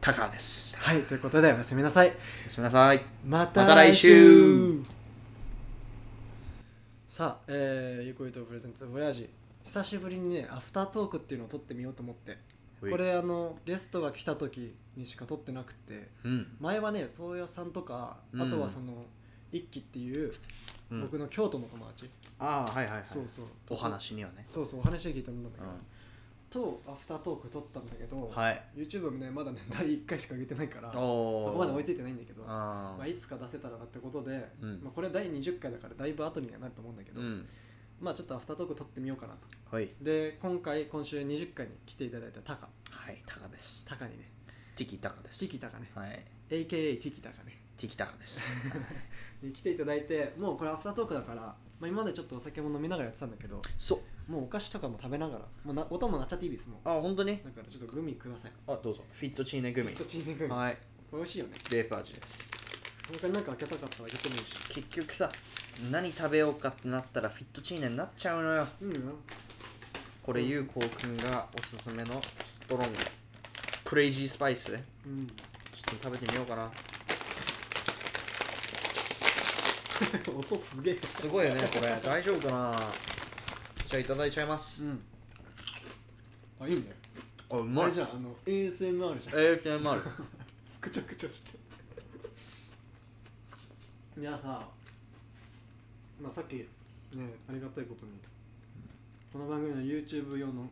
タカですはいということでおやすみなさいおやすみなさいままた来週さあ、えー、ゆこいとプレゼンツボヤージ久しぶりにねアフタートークっていうのを撮ってみようと思ってこれあのゲストが来た時にしか撮ってなくてうん前はね宗谷さんとかあとはその、一輝っていううん僕の京都の友達、ああはいはいはいそうそうお話にはねそうそうお話で聞いたんだけど、うんとアフタートーク撮ったんだけど、はい YouTube もねまだね 第1回しか上げてないからおそおこまで追いついてないんだけどあまあ、いつか出せたらなってことで、うんまあ、これ第20回だからだいぶ後にはなると思うんだけーど、うんまあちょっとアフタートーク撮ってみようかなとはいで今回今週20回に来ていただいたタカはいタカですタカにねティキタカですティキタカねはい AKA ティキタカねテティキタカです。で来ていただいてもうこれアフタートークだから、まあ、今までちょっとお酒も飲みながらやってたんだけどそう。もうお菓子とかも食べながらもうな音も鳴っちゃっていいですもんあ、本当にだからちょっとグミくださいあ、どうぞ。フィットチーネグミこ。っちにグミ、はい。これ美味しいよねレープ味です。他になんか開けたかったら開けてもいいし結局さ、何食べようかってなったらフィットチーネになっちゃうのよ。いいのよこれ、ゆうこうくんがおすすめのストロング。クレイジースパイス。ちょっうん と食べてみようかな。音すげえすごいよね、これ。大丈夫かなじゃあ、いただいちゃいます。んあいいねあ、うあまれいじゃんあの ASMR じゃんえー、まる。くちゃくちゃしていやさ、まあ、さっきねありがたいことにこの番組の YouTube 用の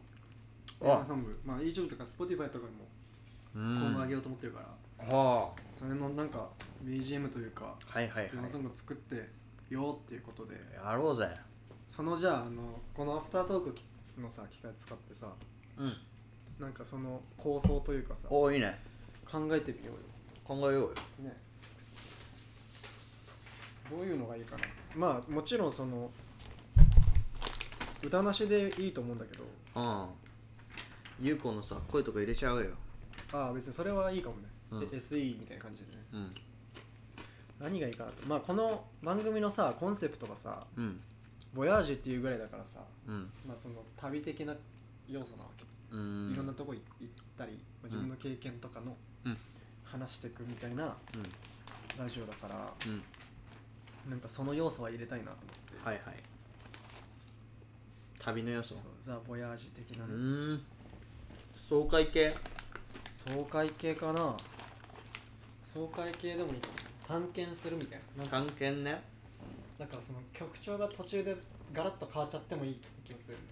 映画ソングまあ YouTube とか Spotify とかにもう今後ん。上はげようと思ってるから、あ。それのなんか BGM というかはいはいテーマソはングを作ってよっていうことでい。やろうぜ。そのじゃああのこのアフタートークのさ機械使ってさうん。なんかその構想というかさ考おいいね。えてみようよ考えようよ。ねどういうのがいいかなまあもちろんその歌なしでいいと思うんだけどうん。ゆうこのさ、声とか入れちゃうよ。ああ別にそれはいいかもね、うんで SE みたいな感じでねうん。何がいいかなとまあこの番組のさコンセプトがさうん。 「ボヤージュ」っていうぐらいだからさうん。まあその旅的な要素なわけ、うん。いろんなとこ行ったり、まあ、自分の経験とかのうん話していくみたいなうん。ラジオだからうん。なんかその要素は入れたいなと思って、はいはい。旅の要素そう。ザ・ボヤージュ的なうね、ーん。爽快系。爽快系かな爽快系でもいいかも探検するみたいななんか探検ね。なんかその曲調が途中でガラッと変わっちゃってもいい気がするね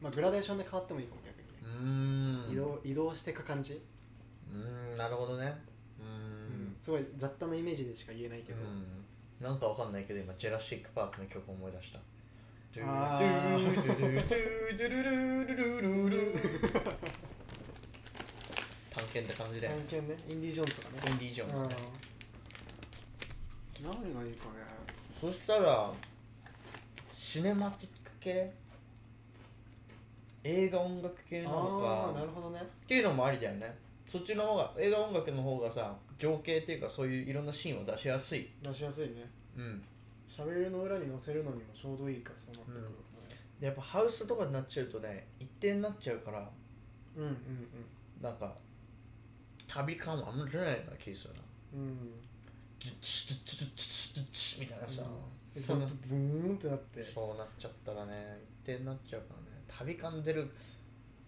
まあグラデーションで変わってもいいかも逆にね、うーん。移動移動していく感じ、うーん、なるほどね。うーん。すごい雑多なイメージでしか言えないけど、うん、なんかわかんないけど今ジェラシック・パークの曲思い出したあー探検って感じで探検ねインディ・ジョーンズとかねインディ・ジョーンズねうん何がいいかねそしたらシネマティック系映画音楽系なあのあーなかるほどねっていうのもありだよねそっちの方が映画音楽の方がさ情景っていうかそういういろんなシーンを出しやすい出しやすいねうん喋りの裏に載せるのにもちょうどいいかそうなってくるね、でやっぱハウスとかになっちゃうとね一定になっちゃうからうん、うんうんなんか旅感はあんまり出ないような気がするなうんチュッチュッチュッチュッチュッチュッチュッみたいなさ、うんそんなブーンってなってそうなっちゃったらね一定になっちゃうからね旅感出る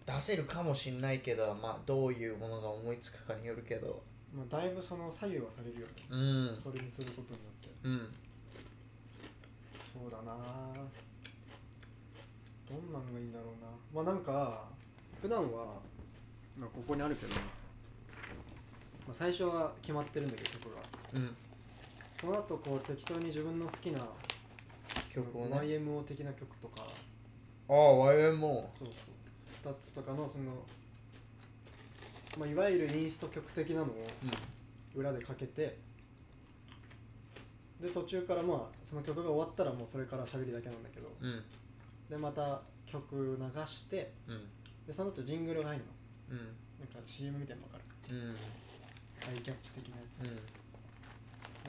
出せるかもしんないけどまあどういうものが思いつくかによるけどまあ、だいぶその左右はされるよね、うんそれにすることによってうんそうだなどんなんがいいんだろうなまあなんか普段はまあここにあるけど、まあ、最初は決まってるんだけど曲がうんその後こう適当に自分の好きな曲をそのね YMO 的な曲とかああ YMO そうそうスタッツとかのその、まあ、いわゆるインスト曲的なのをう裏でかけてで途中からまあその曲が終わったらもうそれから喋りだけなんだけどんうんでまた曲流してうんでその後ジングルが入るのうんなんか CM みたいなの分かるうんアイキャッチ的なやつうん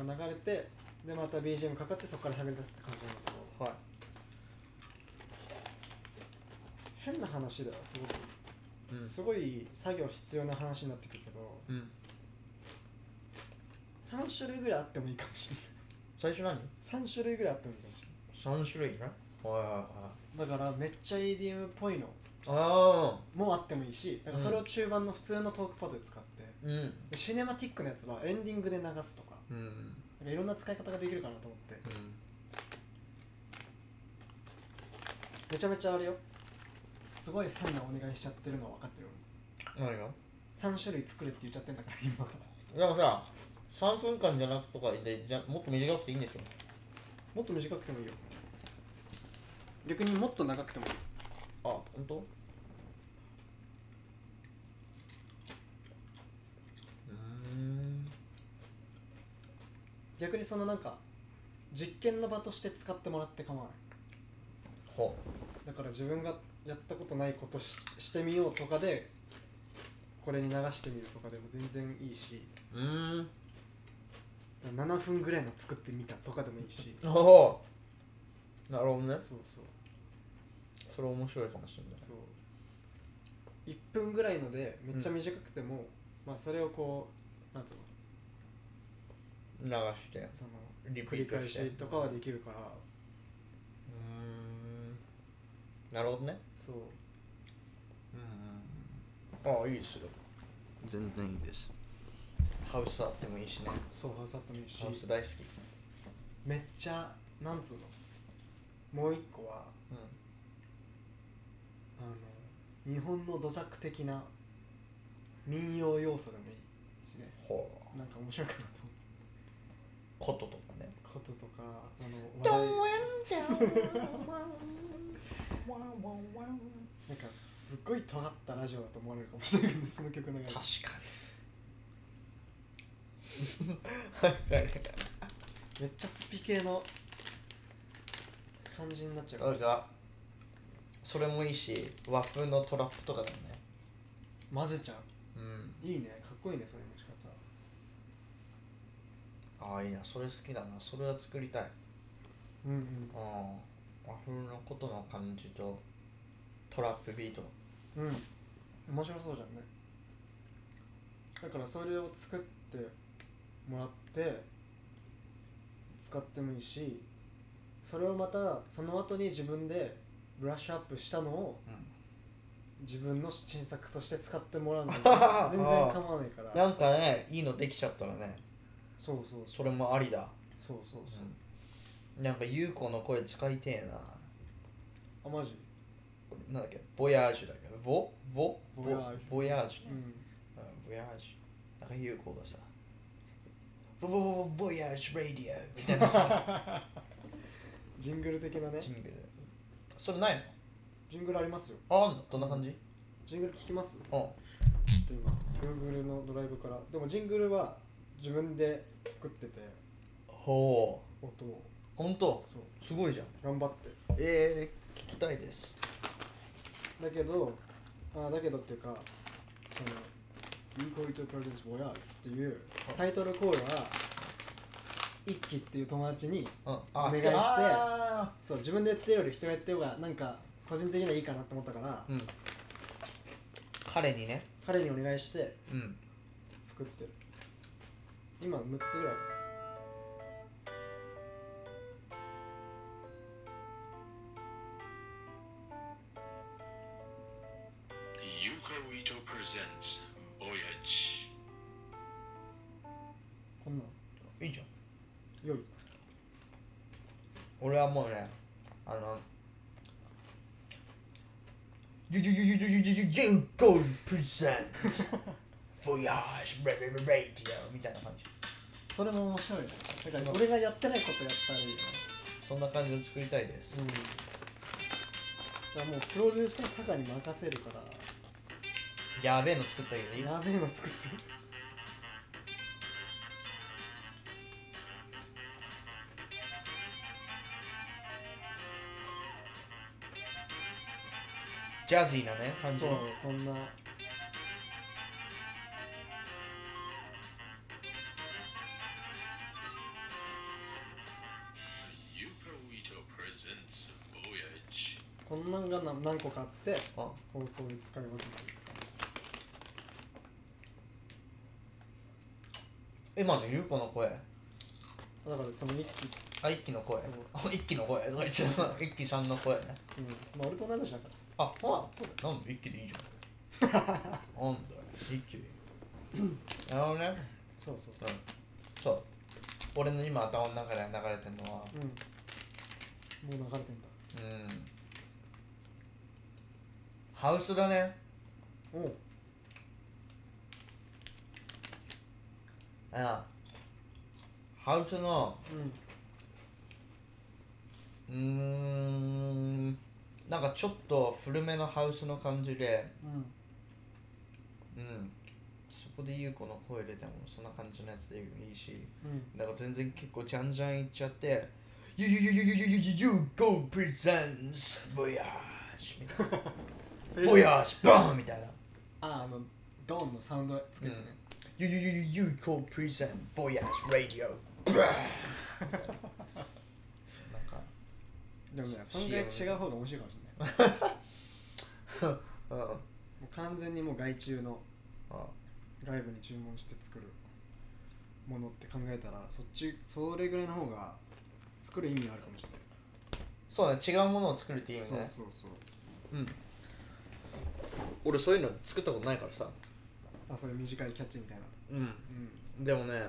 が流れてでまた BGM かかってそこから喋り出すって感じなんだけどはい変な話だよすごく、うんすごい作業必要な話になってくるけどうん3種類ぐらいあってもいいかもしれない 最初何3種類ぐらいあってもいいかもしれ三種類ねはいはいはいないだからめっちゃ EDM っぽいのああもあってもいいしだからそれを中盤の普通のトークパートで使って、うんでシネマティックなやつはエンディングで流すとかうんなんかいろんな使い方ができるかなと思ってめちゃめちゃあれよすごい変なお願いしちゃってるのは分かってるよ何が3種類作れって言っちゃってんだから今でもさ3分間じゃなくとかでじゃもっと短くていいんでしょもっと短くてもいいよ逆にもっと長くてもいいあ本当うん逆にそのなんか実験の場として使ってもらって構わないほだから自分がやったことないことししてみようとかでこれに流してみるとかでも全然いいしううーん7分ぐらいの作ってみたとかでもいいしおおなるほどねそうそうそれ面白いかもしれないそう1分ぐらいのでめっちゃ短くても、まあそれをこうなんつうの流してうそのリ繰ピりートして返しとかはできるからーんなるほどねそううんああいいですよ全然いいですハウスあってもいいしねそうハウスアップもいいしハウス大好きめっちゃなんつうのもう一個はうあの日本の土着的な民謡要素でもいいしねんほうなんか面白いかなと思っこととかねたこととかあの話題なんかすごい尖ったラジオだと思われるかもしれないけどその曲の中で確かにめっちゃスピ系の感じになっちゃうかならんかそれもいいし和風のトラップとかだよね混ぜちゃうんういいねかっこいいねそれの仕方ああいいなそれ好きだなそれは作りたいうんうんうん和風のことの感じとトラップビートうん面白そうじゃんねだからそれを作ってもらって使ってもいいしそれをまたその後に自分でブラッシュアップしたのを自分の新作として使ってもらう のも全然構わないかならんかねいいのできちゃったらねそうそうそれもありだ、そうそうそう、なんか優子の声使いてえなあマジなんだっけボヤージュだっけボボボヤージュボヤージュうね、んうんボヤージュなんか有効ださボボボボヤージュラディオみたい なさジングル的なねジングルそれないジングルありますよのああんのどんな感じジングル聞きますちょうんあっと今 Google のドライブからでもジングルは自分で作っててほう音をほんとそうすごいじゃん頑張ってええ聞きたいですだけどあだけどっていうかその「You Go to Produce Voyage」っていうタイトルコールは一輝っていう友達にうんあお願いして近あそう自分でやってるより人がやってる方がなんか個人的にはいいかなと思ったから、ーうん彼にね彼にお願いしてうん作ってる今6つぐらいあ Yuko Ito presents Voyage. るこんなのいいじゃん良い俺はもうねあの「You, you, you, you, you, you, you, you go present Voyage Radio」みたいな感じそれも面白いねだからうん俺がやってないことやったらいいよねそんな感じを作りたいです、うんだからもうプロデューサー高に任せるからやべえの作ったけどいいなやべえの作ってるジャズィーなね感じそうこんなこんなんが何何個かあってあ放送に使い分けてる今の優子の声だからその一気あ一輝の声そうあ一輝の声とか言っちゃう一輝さんの声ねうんまあ俺と同い年だからさあほらそうだよなんだ一輝でいいじ ゃんなんだよ一輝でいいなるほどねそうそうそううんそう俺の今頭の中で流れてるのはうんもう流れてんだうんハウスだねおううんハウスのうんうーんなんかちょっと古めのハウスの感じでうんうんすこで優子の声出てもそんな感じのやつでいいしうんだから全然結構じゃんじゃんいっちゃって「ゆゆゆゆゆゆゆゆゆゴープレゼンスボヤーシ」みたいな「ボヤーシバーン!」みたいなああのドンのサウンドつけてね、 「ゆゆゆゆゆゴープレゼンボヤーシラディオ」ブラーンなんかでもねそんぐらい違う方が面白いかもしれないうんうんもう完全にもう外注の外部に注文して作るものって考えたらそっちそれぐらいの方が作る意味あるかもしれないそうだね違うものを作るっていう意味ねそうそうそう俺そういうの作ったことないからさあそういう短いキャッチみたいなうんうんでもね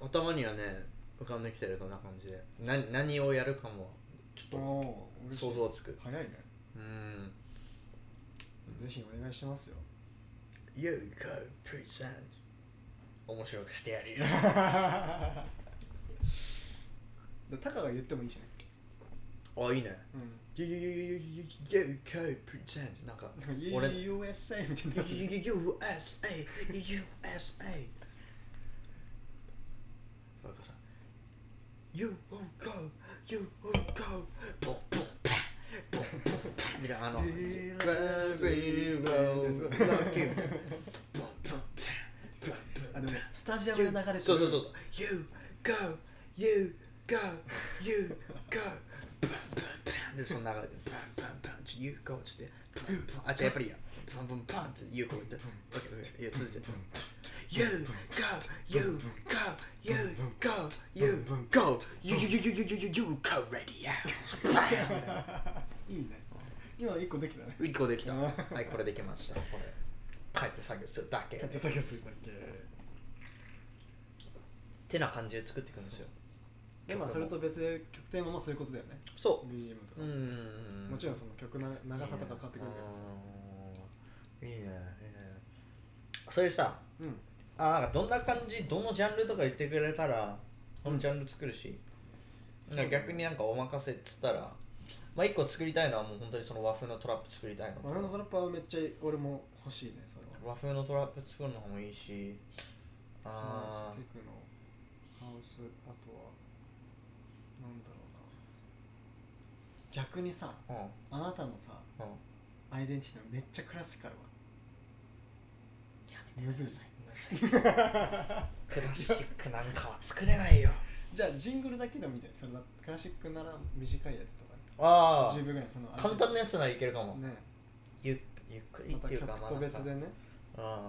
頭にはね浮かんできてるこんな感じでな何をやるかもちょっおーと嬉しい想像つく早いねうんぜひお願いします よ You go present 面白くしてや るよでタカが言ってもいいしねあいいねうん You, you, you, you, you go present なんかなんか俺 USA みたいになってる USA USA なんかさ You will go You will go ポンポンパンポンポンパンみたいなあの Very well lucky ポンポンパンポンポンあでもねスタジアムで流れてるそうそうそうそう You go You go You go パンパンパンでその流れでパンパンパンちょ You go つってパンパンあじゃやっぱりいいやパンパンパンって You go って OK いや続いて You go You go You go You go You you you you you you you go ready out バ ーンいいね今一個できたね1個できたうんはいこれできましたこれ帰って作業するだけっ勝手作業するだけてな感じで作っていくんですよでまあそれと別で曲テーマもそういうことだよねそう BGM とか、んもちろんその曲な長さとか変わってくるけどさうーんいいねいいねそれさうんあなんかどんな感じどのジャンルとか言ってくれたらそのジャンル作るし、そうだねなんか逆になんかお任せっつったらまあ一個作りたいのはもう本当にその和風のトラップ作りたいのと俺のトラップはめっちゃ俺も欲しいねそれは和風のトラップ作るのもいいしハあウスーテクノハウスあとはなんだろうな逆にさうんうんあなたのさアイデンティティのめっちゃクラシカルはむずいじゃんむずいクラシックなんかは作れないよじゃあジングルだけでもいいんじゃないそれだクラシックなら短いやつとかねあ10あ秒ぐらいその簡単なやつならいけるかもねゆっゆっくりっまたていう曲かまあと別でねあ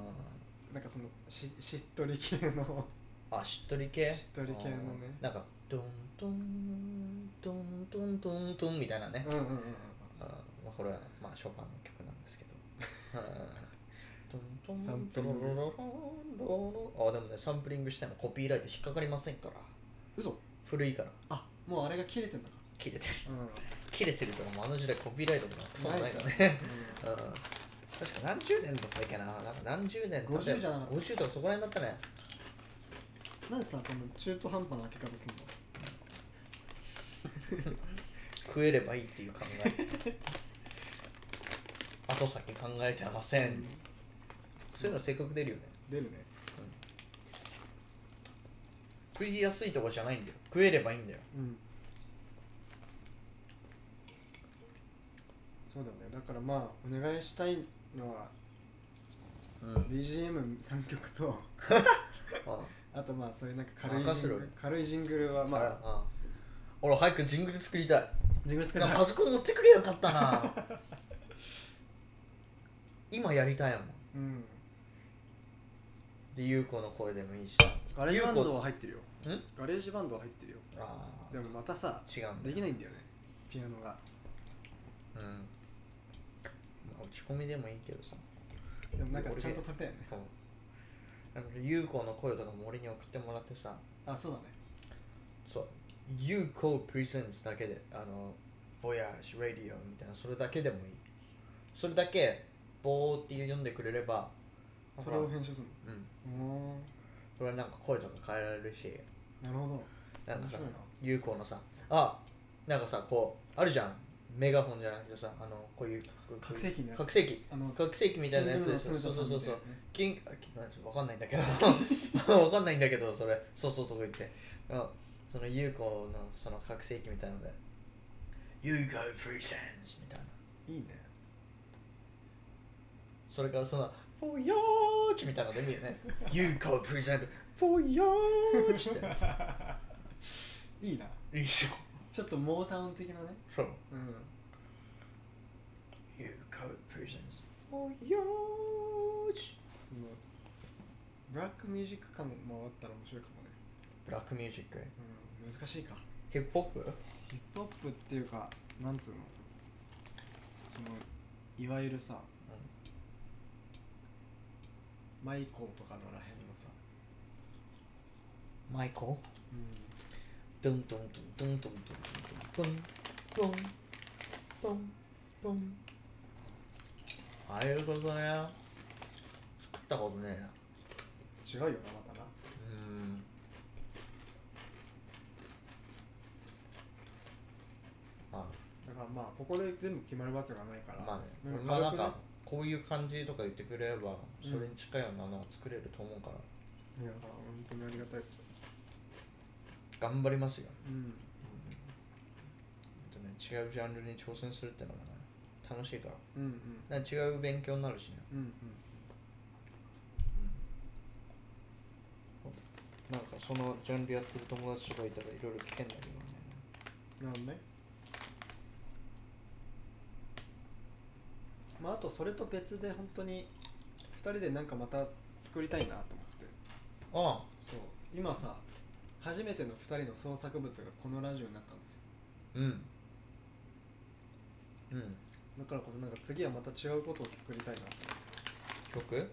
なんかそのししっとり 系のあしっとり系しっとり系のねあーなんかドンドンドンドンドンドンみたいなね、うんうんうんうんあーまあ、これはまあショパンの曲なんです けどあードンドンサンプリングドロロロロロロあーでもねサンプリングしてもコピーライト引っかかりませんから嘘古いからあもうあれが切れてんだか切れてる らうん切れてるとかもうあの時代コピーライトとかそんなないからないねうん確か何十年とかだっけななんか何十年50例えばじゃなかった50とかそこら辺だったねなんでさこの中途半端な開け方すんの食えればいいっていう考え 後先考えてはません、そういうの性格出るよね出るね食いやすいとこじゃないんだよ食えればいいんだようんそうだねだからまあお願いしたいのはう BGM3 曲と ああとまあそういうなんか軽い任ジせングろル軽いジングルはままあああ俺早くジングル作りたいジングル作ならなんかいパソコン持ってくれよかったな今やりたいもんうんで優子の声でもいいしガレージバンド優は入ってるよ子んガレージバンドは入ってるよああでもまたさ違うんだでよきないんだよねピアノがうん、まあ、打ち込みでもいいけどさでもなんかちゃんと撮りたいよねこうなんか優子の声とかも俺に送ってもらってさあそうだねそう「You Call Presents」だけで「あの Voyage Radio」みたいなそれだけでもいいそれだけボーって読んでくれればそれをなんか編集するうんのおそれはなんか声とか変えられるしーなるほどなんかさ面白いな優子のさあなんかさこうあるじゃんメガホンじゃないけどさあのこういう拡声器のやつ拡声器あの拡声器みたいなやつでしょそうそうそうそうキンあキンなんちゅうわかんないんだけど わかんないんだけどそれそうそうとか言ってうんその優子のその覚醒器みたいので「You go free sense」みたいないいねそれからその「For y o r g みたいなので見る ね「You go free sense」「For y o r g って いいないいでしょちょっとモータウン的なねそううん You go free sense For your そのブラックミュージック感もあったら面白いかもねブラックミュージックうん難しいかヒップホップヒップホップっていうかなんつうのそのいわゆるさ、マイコーとかのらへんのさ、マイコーうん、ドンドンドンドンドンドンドンドンドンドンドンああいうことね作ったことねえな違うよなまたなうんまだからまあここで全部決まるわけがないかあらまあねでもまあ軽なくんねかこういう感じとか言ってくれればそれに近いようなのは作れると思うからいやだから本当にありがたいですよ頑張りますようん本当ね違うジャンルに挑戦するってのもね楽しいからうんうんなんか違う勉強になるしねうんうんなんかそのジャンルやってる友達とかいたらいろいろ聞けんだけどねなるほどねまああとそれと別で本当に2人でなんかまた作りたいなと思ってああそう今さ初めての2人の創作物がこのラジオになったんですようんうんだからこそなんか次はまた違うことを作りたいなと曲思って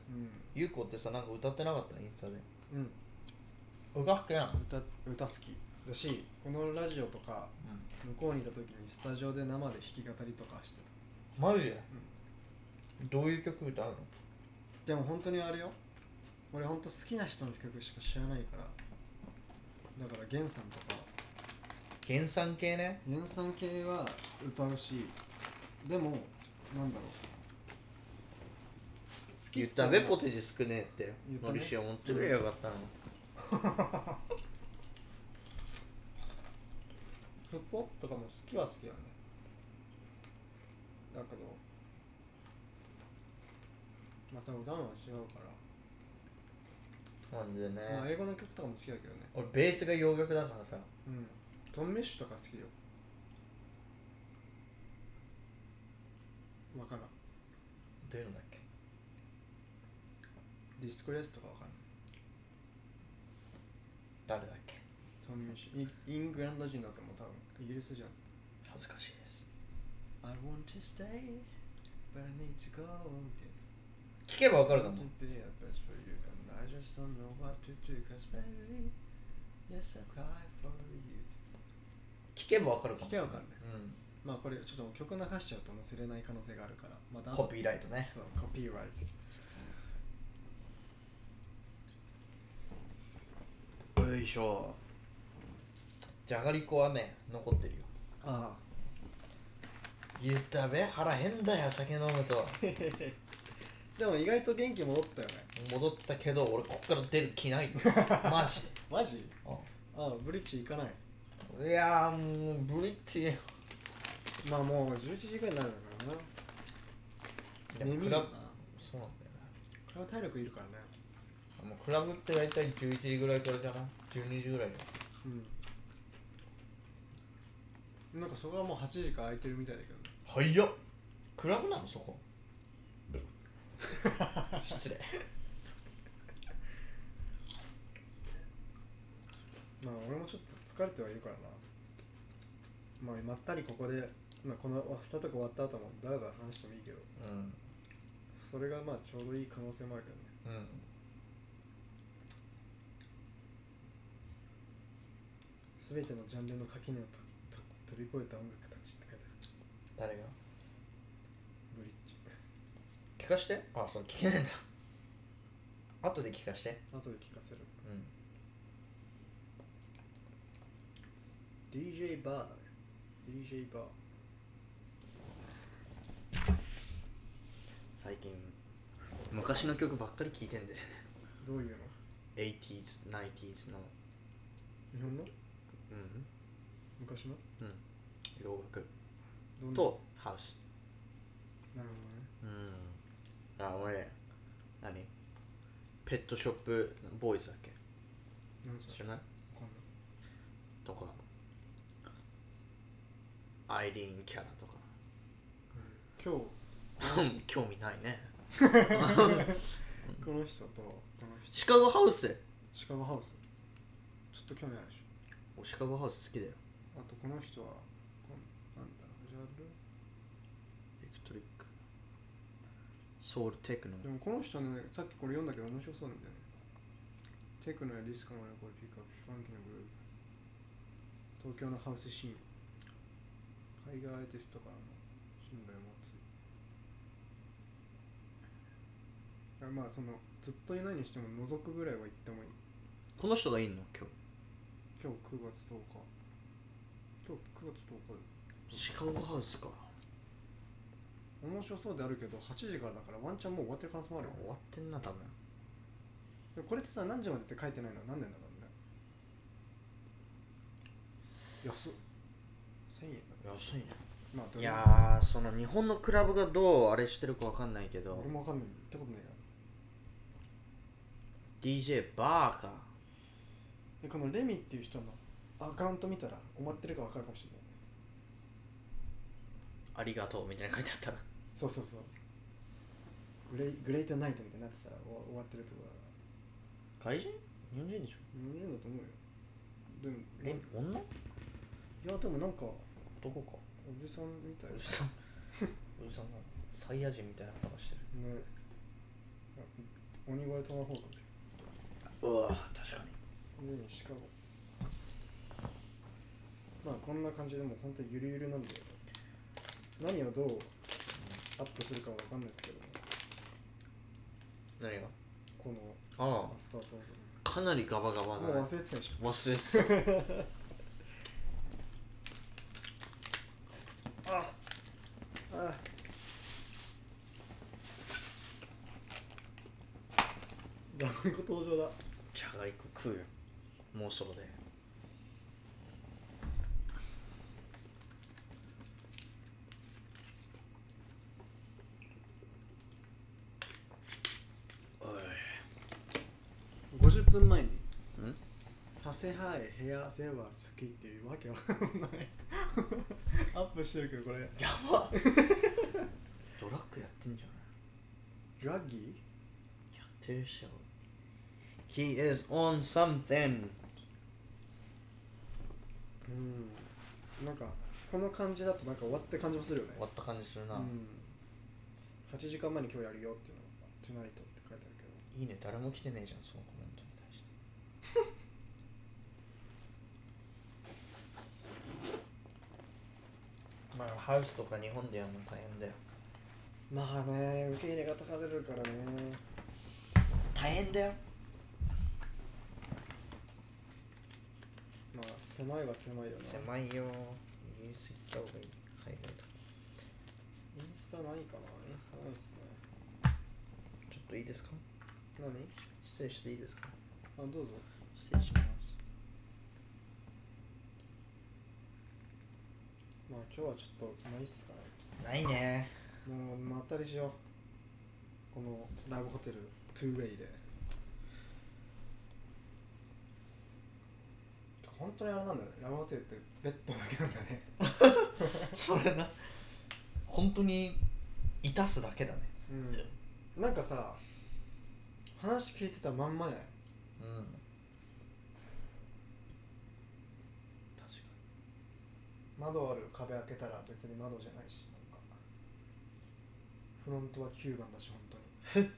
ゆうこってさなんか歌ってなかったインスタでうん、うん、うがっけやん、うん、歌歌好きだしこのラジオとか向こうにいた時にスタジオで生で弾き語りとかしてマジで、どういう曲歌うのたでも本当にあれよ俺本当好きな人の曲しか知らないからだから源さんとか原産系ね源さん系は歌うしでもなんだろう好言っつたたらべポテチ少ねえって言ったのねりしお持ってくればよかったのにヒップホップとかも好きは好きだねだけどまた歌うのは違うからなんでね、まあ英語の曲とかも好きだけどね俺ベースが洋楽だからさうんドンメッシュとか好きよわからんどういうのだっけディスコイエスとかわからん誰だっけドンメッシュイイングランド人だと思う多分イギリスじゃん恥ずかしいです I want to stay but I need to go ってやつ聞けばわかるか want も to be the best for you and I just don't know what to do cause baby yes I cry for you 聞けばわかるかも聞けばわかるねうまあこれちょっと曲流しちゃうと忘れない可能性があるからまたん、コピーライトねそうコピーライよいしょじゃがりこはね残ってるよトああ言ったべ腹変だよ酒飲む と でも意外と元気戻ったよね戻ったけど俺こっから出る気 ないよマジでマジうああブリッジ行かないんいやーもうブリッジいやまあもう11時ぐらいになるからな眠クいラよブなそうなんだよこれは体力いるからねなもうクラブって大体11時ぐらいからじゃない12時ぐらいじうんなんかそこはもう8時から空いてるみたいだけどねゃん早っクラブなのそこ 失礼まあ俺もちょっと疲れてはいるからなまあまったりここで、まあ、この2とこ終わった後もだらだら話してもいいけどうんそれがまあちょうどいい可能性もあるけどねうん全てのジャンルの垣根をとと飛び越えた音楽たちって書いてある誰がブリッジ聞かしてあそう聞けないんだ後で聞かして後で聞かせるうん DJ バーだね DJ バー最近昔の曲ばっかり聴いてんでどういうの 80s、90s の、日本のうん、昔のうん、洋楽どんなとハウス。なるほうん。あ、俺、何ペットショップボーイズだっけどね何そ知れらないわかんないとか、アイリーンキャラとか。今日 興味ないね。この人とこの人シカゴハウスシカゴハウスちょっと興味あるでしょおシカゴハウス好きだよ。あとこの人はこのなんだジャルエクトリック。ソウルテクノ。でもこの人ねさっきこれ読んだけど面白そうなんだよねテクノやディスコのこれピックアップファンキーのグループ東京のハウスシーン海外アーティストからの信頼を持つあまあそのずっといないにしても覗くぐらいは行ってもいいこの人がいいの今今日9月10日今日9月10日日。シカゴハウスか。面白そうであるけど8時からだからワンチャンもう終わってる可能性もあ終るよわってんな、多分。でもこれってさ何時までって書いてないのは何年だからね安っ1000円だね安いね。まあどいれもやーその日本のクラブがどうあれしてるかわかんないけど俺もわかんない行ったことないから DJ バーかでこのレミっていう人のアカウント見たら終わってるかわかるかもしれないありがとうみたいな書いてあったらそうそうそうグレイグレイトナイトみたいになってたら終わ終わってるとこだから外人日本人でしょ日本人だと思うよでもレミ女いやでもなんか男かおじさんみたいおねじさんおじさんがサイヤ人みたいな顔してなんか鬼越トマホークみたいるうわ確かにねえシカゴまあこんな感じでもう本当にゆるゆるなんで何をどうアップするかわかんないですけど何がこのアあフタートあかなりガバガバークもだうね忘れてたでしょ忘れてああダメ子登場だたじゃがりこ食うよもうそろでおい50分前にん「させはえ部屋せは好き」っていうわけわかんないアップしてるけどこれやばドラッグやってんじゃないドラッギーやってるっしょ He is on something うんなんかこの感じだとなんか終わって感じもするよね終わった感じするな、うん、8時間前に今日やるよっていうのが「tonight」って書いてあるけどいいね誰も来てねえじゃんそのコメントに対して まあハウスとか日本でやるの大変だよまあね受け入れが高れるからね大変だよまあ狭いは狭いよね狭いよイギリス行った方がいい海外とかインスタないかなインスタないっすねちょっといいですか何失礼していいですかあどうぞ失礼しますまあ今日はちょっとないっすかねないねもうまったりしようこのラブホテル 2way で本当にあれなんだねラブホテルってベッドだけなんだね それな本当にいたすだけだねうんなんかさ話聞いてたまんまじゃないうん確か窓ある壁開けたら別に窓じゃないしなんかフロントは9番だし本当に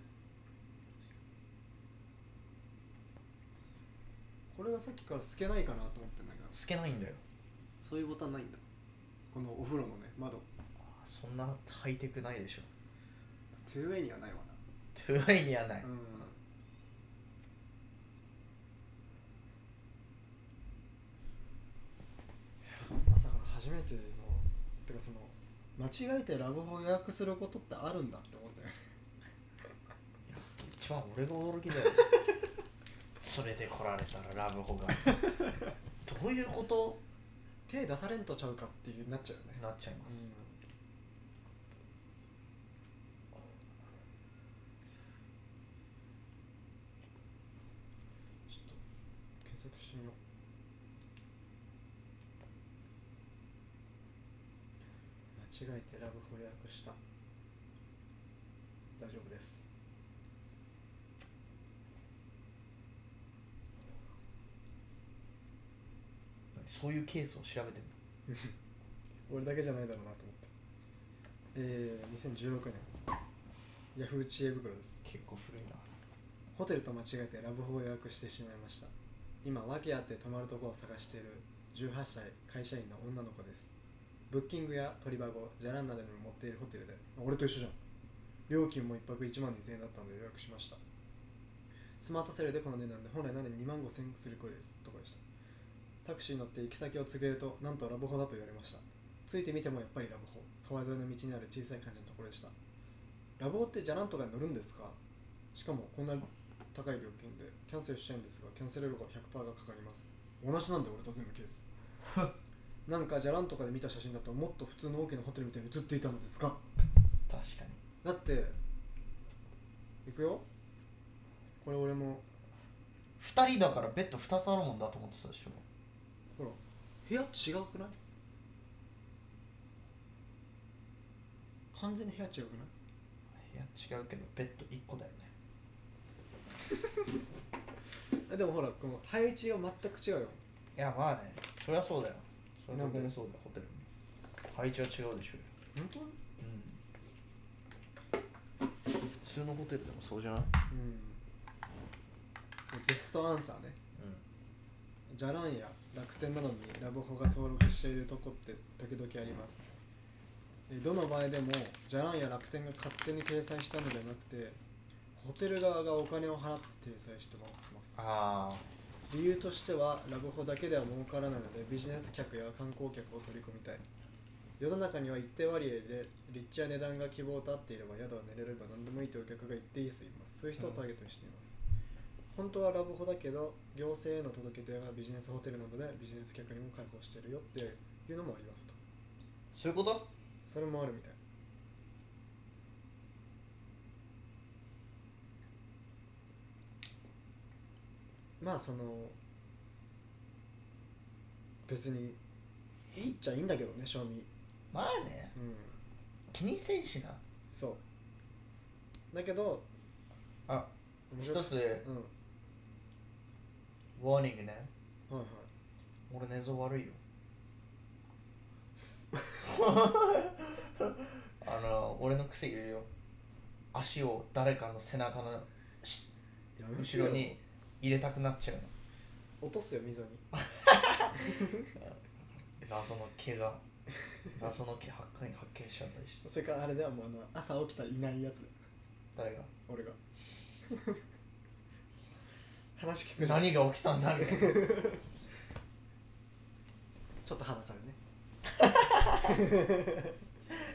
これがさっきから透けないかなと思ってんだけどに透けないんだよそういうボタンないんだこのお風呂のね窓そんなハイテクないでしょ 2way にはないわな 2way にはない、うんまさか初めてのてかその間違えてラブホ予約することってあるんだって思ったよね一番俺の驚き だよ連れてこられたらラブホがどういうこと手出されんとちゃうかっていうなっちゃうよねなっちゃいます、ちょっと検索してみよう間違えてラブホ予約した大丈夫ですそういうケースを調べてみる俺だけじゃないだろうなと思ってえー、2016年ヤフー知恵袋です結構古いなホテルと間違えてラブホを予約してしまいました今訳あって泊まるとこを探している18歳会社員の女の子ですブッキングや鳥箱じゃらんなどにも持っているホテルであ俺と一緒じゃん料金も1泊1万2000円だったので予約しましたスマートセルでこの値段で本来なのに2万5000円する声ですとかでしたタクシーに乗って行き先を告げるとなんとラブホだと言われましたついてみてもやっぱりラブホ川沿いの道にある小さい感じのところでしたラブホってじゃらんとかに乗るんですかしかもこんな高い料金でキャンセルしたいんですがキャンセル料が100%がかかります同じなんで俺と全部ケースなんかじゃらんとかで見た写真だともっと普通の大きなホテルみたいに写っていたのですが確かにだって行くよこれ俺も2人だからベッド2つあるもんだと思ってたでしょほら部屋違うくない完全に部屋違うくないいや違うけどベッド1個だよねえでもほらこの配置が全く違うよいやまあねそりゃそうだよそれなどんでこもそうだよホテルも配置は違うでしょうよ本当に普通のホテルでもそうじゃないうんベストアンサーねうんじゃらんや楽天などにラブホが登録しているとこって時々ありますえーどの場合でもじゃらんや楽天が勝手に掲載したのではなくてホテル側がお金を払って掲載してもらってますああ理由としてはラブホだけでは儲からないのでビジネス客や観光客を取り込みたい世の中には一定割合で立地や値段が希望と合っていれば宿は寝れれば何でもいいというお客が一定数いますそういう人をターゲットにしています、本当はラブホだけど行政への届け出がビジネスホテルなどでビジネス客にも開放してるよっていうのもありますとそういうことそれもあるみたいまあその別にいいっちゃいいんだけどね賞味まあねうん気にせんしなそうだけどあ面一白いつうんワーニングねはいはい俺寝相 悪いよあの俺の癖言うよ足を誰かの背中のしやめてよ後ろに入れたくなっちゃうの落とすよ溝に謎の毛が 謎の毛発見発見しちゃったりしてそれからあれではもうあの朝起きたらいないやつ誰が俺 が話聞くじゃん何が起きたんだみた いなちょっと裸でね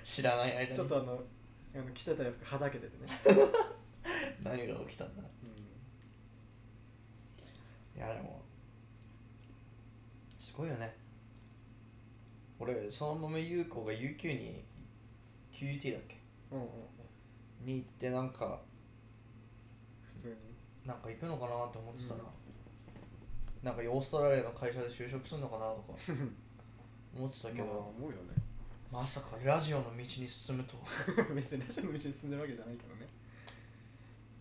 知らない間にちょっとあのあの着てた洋服はだけててね、何が起きたんだいやでもすごいよね俺そのまま優子が UQ に QUT だっけうん、うんうんに行ってなんか普通になんか行くのかなと思ってたら、うんなんかオーストラリアの会社で就職するのかなと か思ってたけまあど、思うよ まさかラジオの道に進むとはね別にラジオの道に進んでるわけじゃないけどね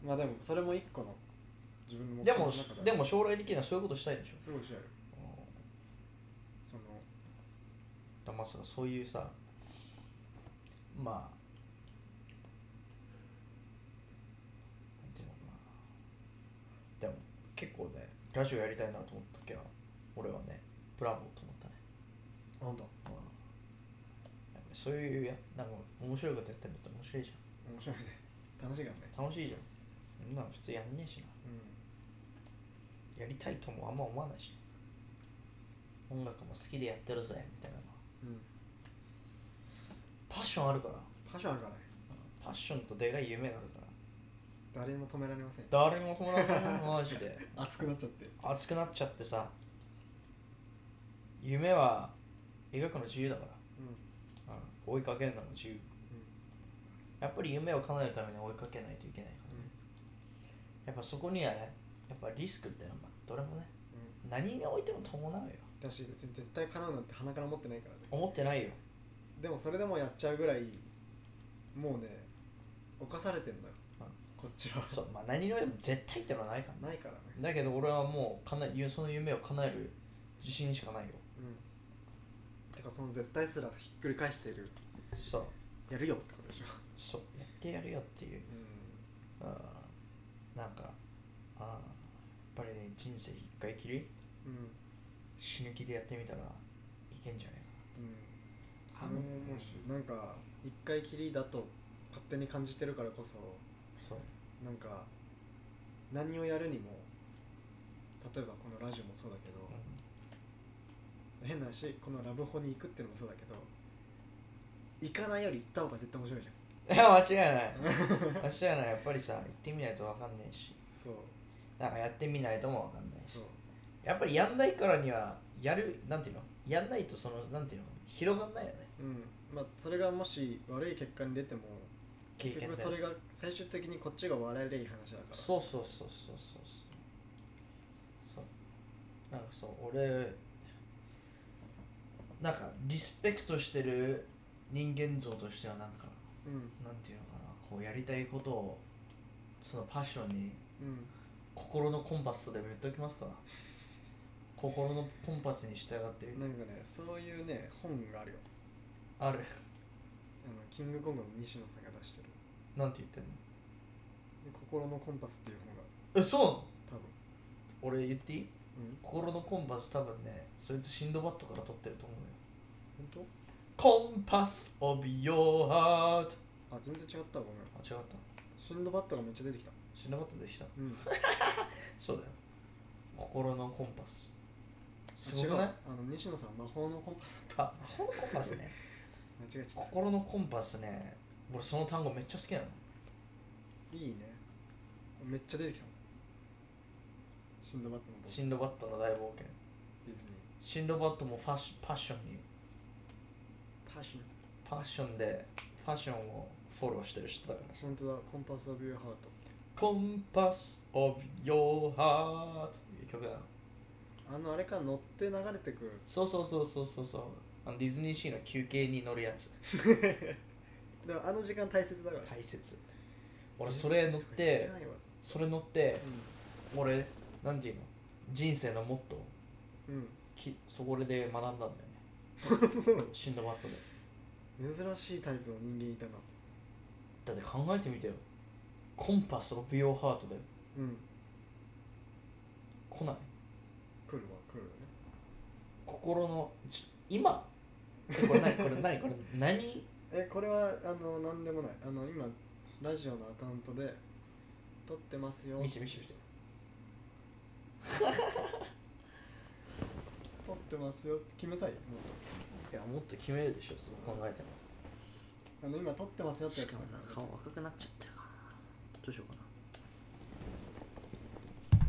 まあでもそれも一個の自分の目で標のも中ででも将来的にはそういうことしたいんでしょすごいおっしゃるそのだまさかそういうさまあなんていうのかなでも結構ねラジオやりたいなと思った時は俺はねブラボーと思ったねなんだうんやっぱりそういうやなんか面白いことやってるのって面白いじ面白いね楽しいからねゃん楽しいじゃんそんなの普通やんねえしなうやりたいともあんま思わないし音楽も好きでやってるぜみたいなんうんパッションあるからパッションあるからねパッションとでかい夢があるから誰も止められません誰も止まらないマジで熱くなっちゃって熱くなっちゃってさ夢は描くの自由だから、うん追いかけるのも自由、やっぱり夢を叶えるために追いかけないといけないからね、やっぱそこにはねやっぱリスクってのはまあどれもね、何においても伴うよだし別に絶対叶うなんて鼻から持ってないからね思ってないよでもそれでもやっちゃうぐらいもうね犯されてんだよ、うんこっちはそうまあ何においても絶対ってのはないからなねいからねだけど俺はもうかなその夢を叶える自信しかないようんてかその絶対すらひっくり返してるそうやるよってことでしょ、そうやってやるよっていううあーなんかあーやっぱりね人生一回きりんうん死ぬ気でやってみたらいけんじゃねうん、それも思うしなんか一回きりだと勝手に感じてるからこそえかなそうなんか何をやるにも例えばこのラジオもそうだけど、う変な話このラブホに行くってのもそうだけど行かないより行った方が絶対面白いじゃんん、いや間違い ない間違いないやっぱりさ行ってみないと分かんないしそうなんかやってみないとも分かんないしそうやっぱりやんないからにはやるなんていうのやんないとそのなんていうの広がんないよねうんまあそれがもし悪い結果に出ても経結験局でそれが最終的にこっちが笑えれいい話だからそうそうそうそうそうそうそうなんかそう俺なんかリスペクトしてる人間像としてはなんかうんなんていうのかなこうやりたいことをそのパッションにうん心のコンパスとでも言っておきますから心のコンパスに従ってなんかねそういうね本があるよあるあのキングコングの西野さんが出してるなんて言ってんの「心のコンパス」っていう本がえそうなの多分俺言っていいうん心のコンパス多分ねそれとシンドバッドから取ってると思うよ本コンパスオビヨハート当？あ全然違ったわごめんあ違ったシンドバッドがめっちゃ出てきたシンドバッドでしたうんそうだよ心のコンパス す違ごうくないあの西野さん魔法のコンパスだっあ心のコンパスねた間違えちゃっ 心のコンパスね俺その単語めっちゃ好きなのたいいねめっちゃ出てきたもんシンドバッドの冒シ険ンドバッドの大冒険ディズニーシンドバッドもファッシパッションにパッションパッションでファッションをフォローしてる人だから本当だコンパスオブユーハートコンパスオブヨーハートっていう曲なのあのあれから乗って流れてくそうそうそうそうそうそうあのディズニーシーの休憩に乗るやつでもあの時間大切だから大切俺それ乗ってディズニーとか行けないわそれ乗って俺なんていうの人生のモットーをうん、きそこで学んだんだよねうシンドバッドでん、珍しいタイプの人間いたなだって考えてみてよコンパスオブヨーハートでうん来ない来るわ来るね心のち今えこれ何これ何これ何えこれはあの何でもないあの今ラジオのアカウントで撮ってますよ見して見して見して撮ってますよって決めたいもっいやもっと決めるでしょそう考えてもとあの今撮ってますよってやつだから赤くなっちゃってるかなどうしようかな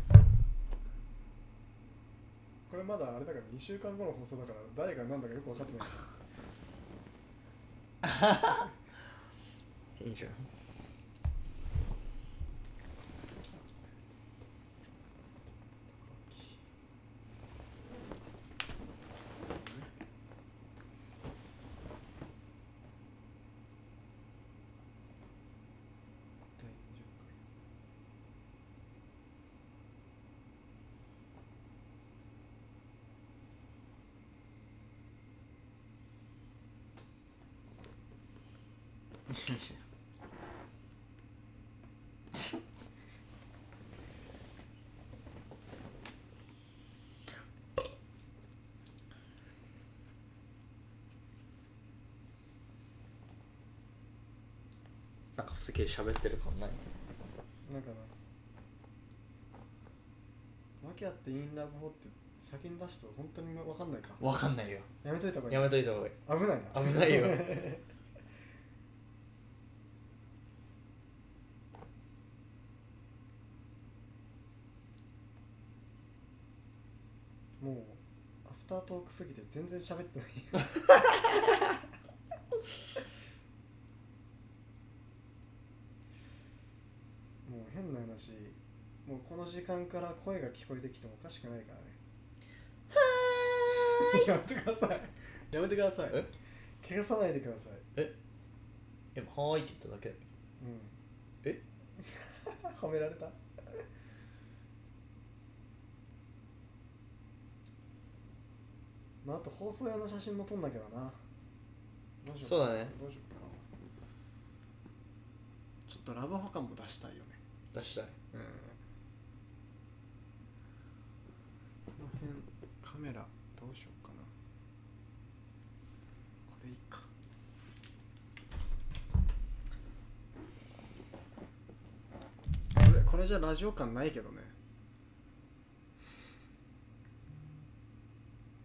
これまだあれだから2週間後の放送だから誰が何だかよく分かって ないいいじゃん第20なんかすげえ喋ってる感ない回なんかな訳あってインラブホって先に出すと本当に分かんないかわかんないよやめといた方がいいやめといた方がいい危ないな危ないよ もうアフタートークすぎて全然喋っ てないもう変な話もうこの時間から声が聞こえてきてもおかしくないからね やめてくださいやめてくださいえ怪我さないでくださいでもはーいって言っただけだけどうん えはめられたまああと放送用の写真も撮んなきゃだなどしよかなそうだねどうしようかなちょっとラブホ感も出したいよね出したいうんこの辺カメラどうしようかなこれいいかこれこれじゃラジオ感ないけどね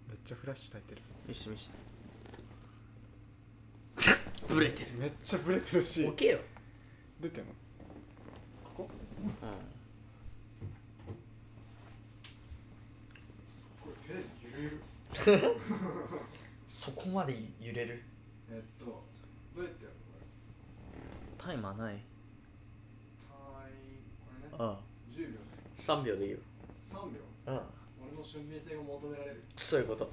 めっちゃフラッシュ焚いてる見して見して ブレてるめっちゃブレてるし置けよ出てんのここうんすごい手揺れるそこまで揺れるえっとどうやってやるのこれタイマーないはいこれねああ10秒3秒でいいよ3秒うん俺の俊敏性が求められるそういうこと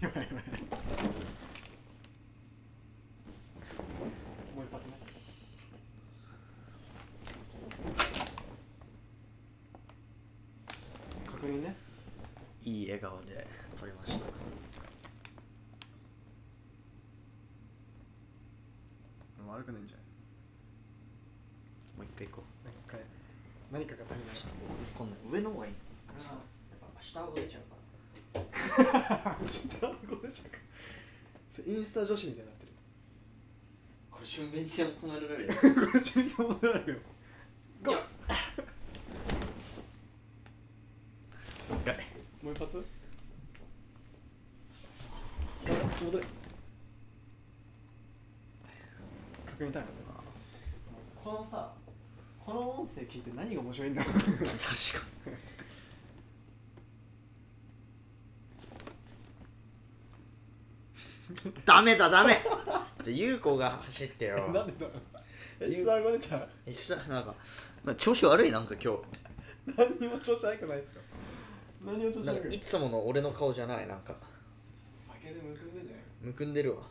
やばいやばいもう一発ね確認ねいい笑顔で撮りました悪くないんじゃないもう一回行こ何か何かが足りないう今度上の方がいい下顎出ちゃうから下顎出ちゃうか それインスタ女子みたいになってるこれ俊敏性求められるやつ これ俊敏性求められるよもう一発やばい戻れ確認タイムだなこのさこの音声聞いて何が面白いんだろう 確かにダメだ ダメじゃあ優子が走ってなんよでだろうえ下顎出ちゃう一緒だなんかなんか調子悪いなんか今何にも調子悪くないっすよ何にも調日子なん悪かくないいつもの俺の顔じゃないなんか酒でむくんでんじゃないむくんでるわ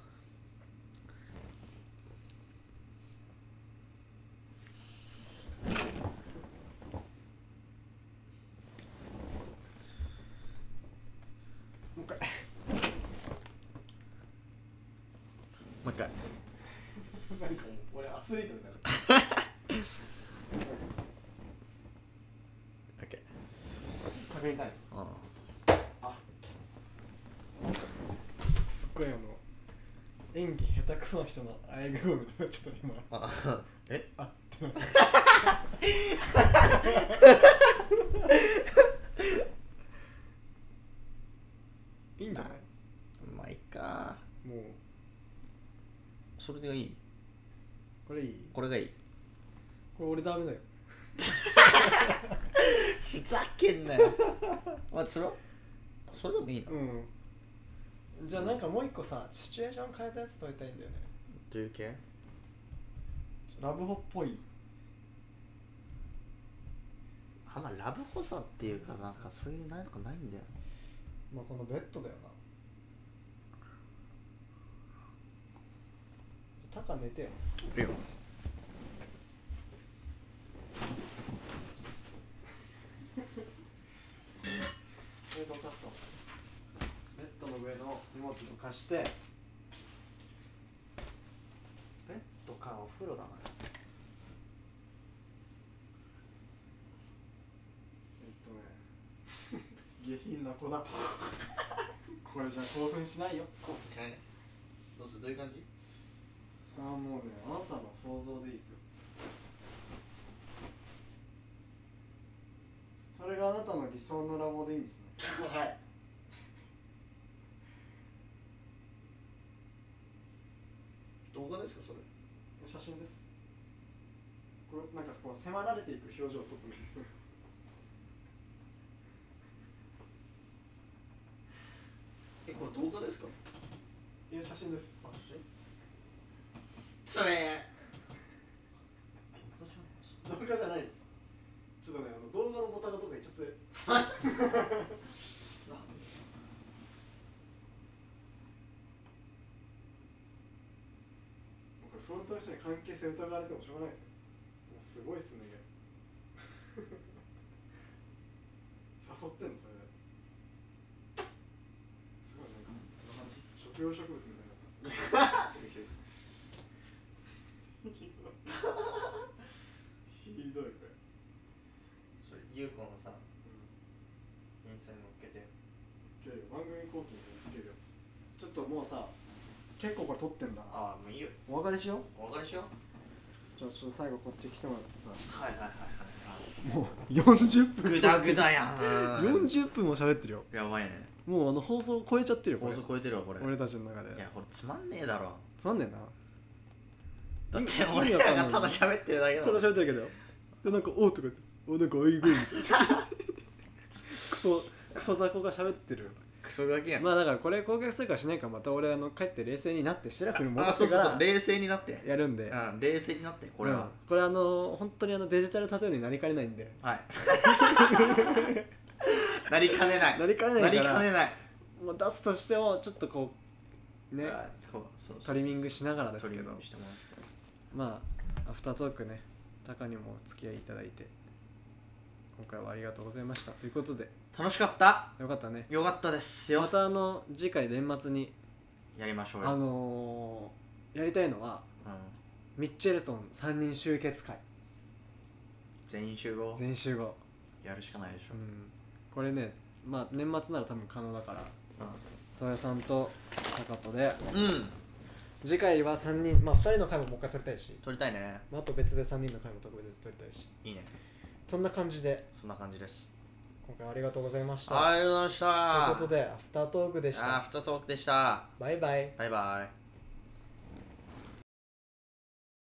もう一回もう一回なんかもう俺アスリートみたいな OK 確認タイムあすっごいあの演技下手くそな人のあえぐ声みたいなちょっと今ああえあ ってなった いいんじゃないまあいいかもうそれでいいこれいいこれがいいこれ俺ダメだよ ふざけん なよまあそれはそれでもいいなうんじゃあなんかもう一個さシチュエーション変えたやつ撮りたいんだよねどういう系ちょラブホっぽいあんまラブホさっていうかなんかそういうなんかないんだよまあこのベッドだよなタカ寝てよいいよ上どかすとベッドの上の荷物どかしてベッドかお風呂だなえっとね下品な子だこれじゃ興奮しないよ興奮しないねどうするどういう感じああもうねあなたの想像でいいですよそれがあなたの理想のラボでいいんですねはい動画ですかそれ写真です こうなんかこう迫られていく表情を撮ってもいいです画ですかいや写真ですそれ動画じゃないですちょっとねあの動画のボタンがどっか行っちゃってもうこれフロントの人に関係性疑われてもしょうがないもうすごいっすね誘ってんのそれすごいなんか食用植物みたいになったひどいこれそれ優子のさインスタに乗っけていやいや番組後期に受けるよちょっともうさ結構これ撮ってんだなああもういいよお別れしようお別れしようじゃあちょっと最後こっち来てもらってさはいはいはいもう40分グダグダやん40分も喋ってるよやばいねもうあの放送超えちゃってるよこ放れ送超えてるわこれ俺たちの中でいやこれつまんねえだろつまんねえなだって俺らがただ喋ってるだけだたもだ喋んってるけどよでなんか「おう」とか言って「おなんかあいご」みたいな クソクソ雑魚が喋ってるクソガキやんまあだからこれ攻撃するかしないかまた俺あの帰って冷静になってシラフに戻あってそうそうかそうら冷静になってやるんでうん冷静になってこれうんはこれあの本当にあのデジタルタトゥーになりかねないんで はいなりかねないなりかねないからなりかねないもう出すとしてもちょっとこうねあそうそうそうトリミングしながらですけトリミどングしてもらってまあアフタートークねタカにもお付き合いいただいて今回はありがとうございましたということで楽しかったよかったねよかったですまよたあの次回年末にやりましょうよあのー、やりたいのはうんミッチェルソン3人集結会全員集合全集合やるしかないでしうょんこれねまあ年末なら多分可能だからう宗谷さんとタカとでんうん次回は3人まあ2人の回ももう一回撮りたいし、撮りたいねまあ、あと別で3人の回も特別で撮りたいしいいねそんな感じでそんな感じです今回はありがとうございましたありがとうございましたということでアフタートークでしあアたフタートークでしたバイバイバイバイ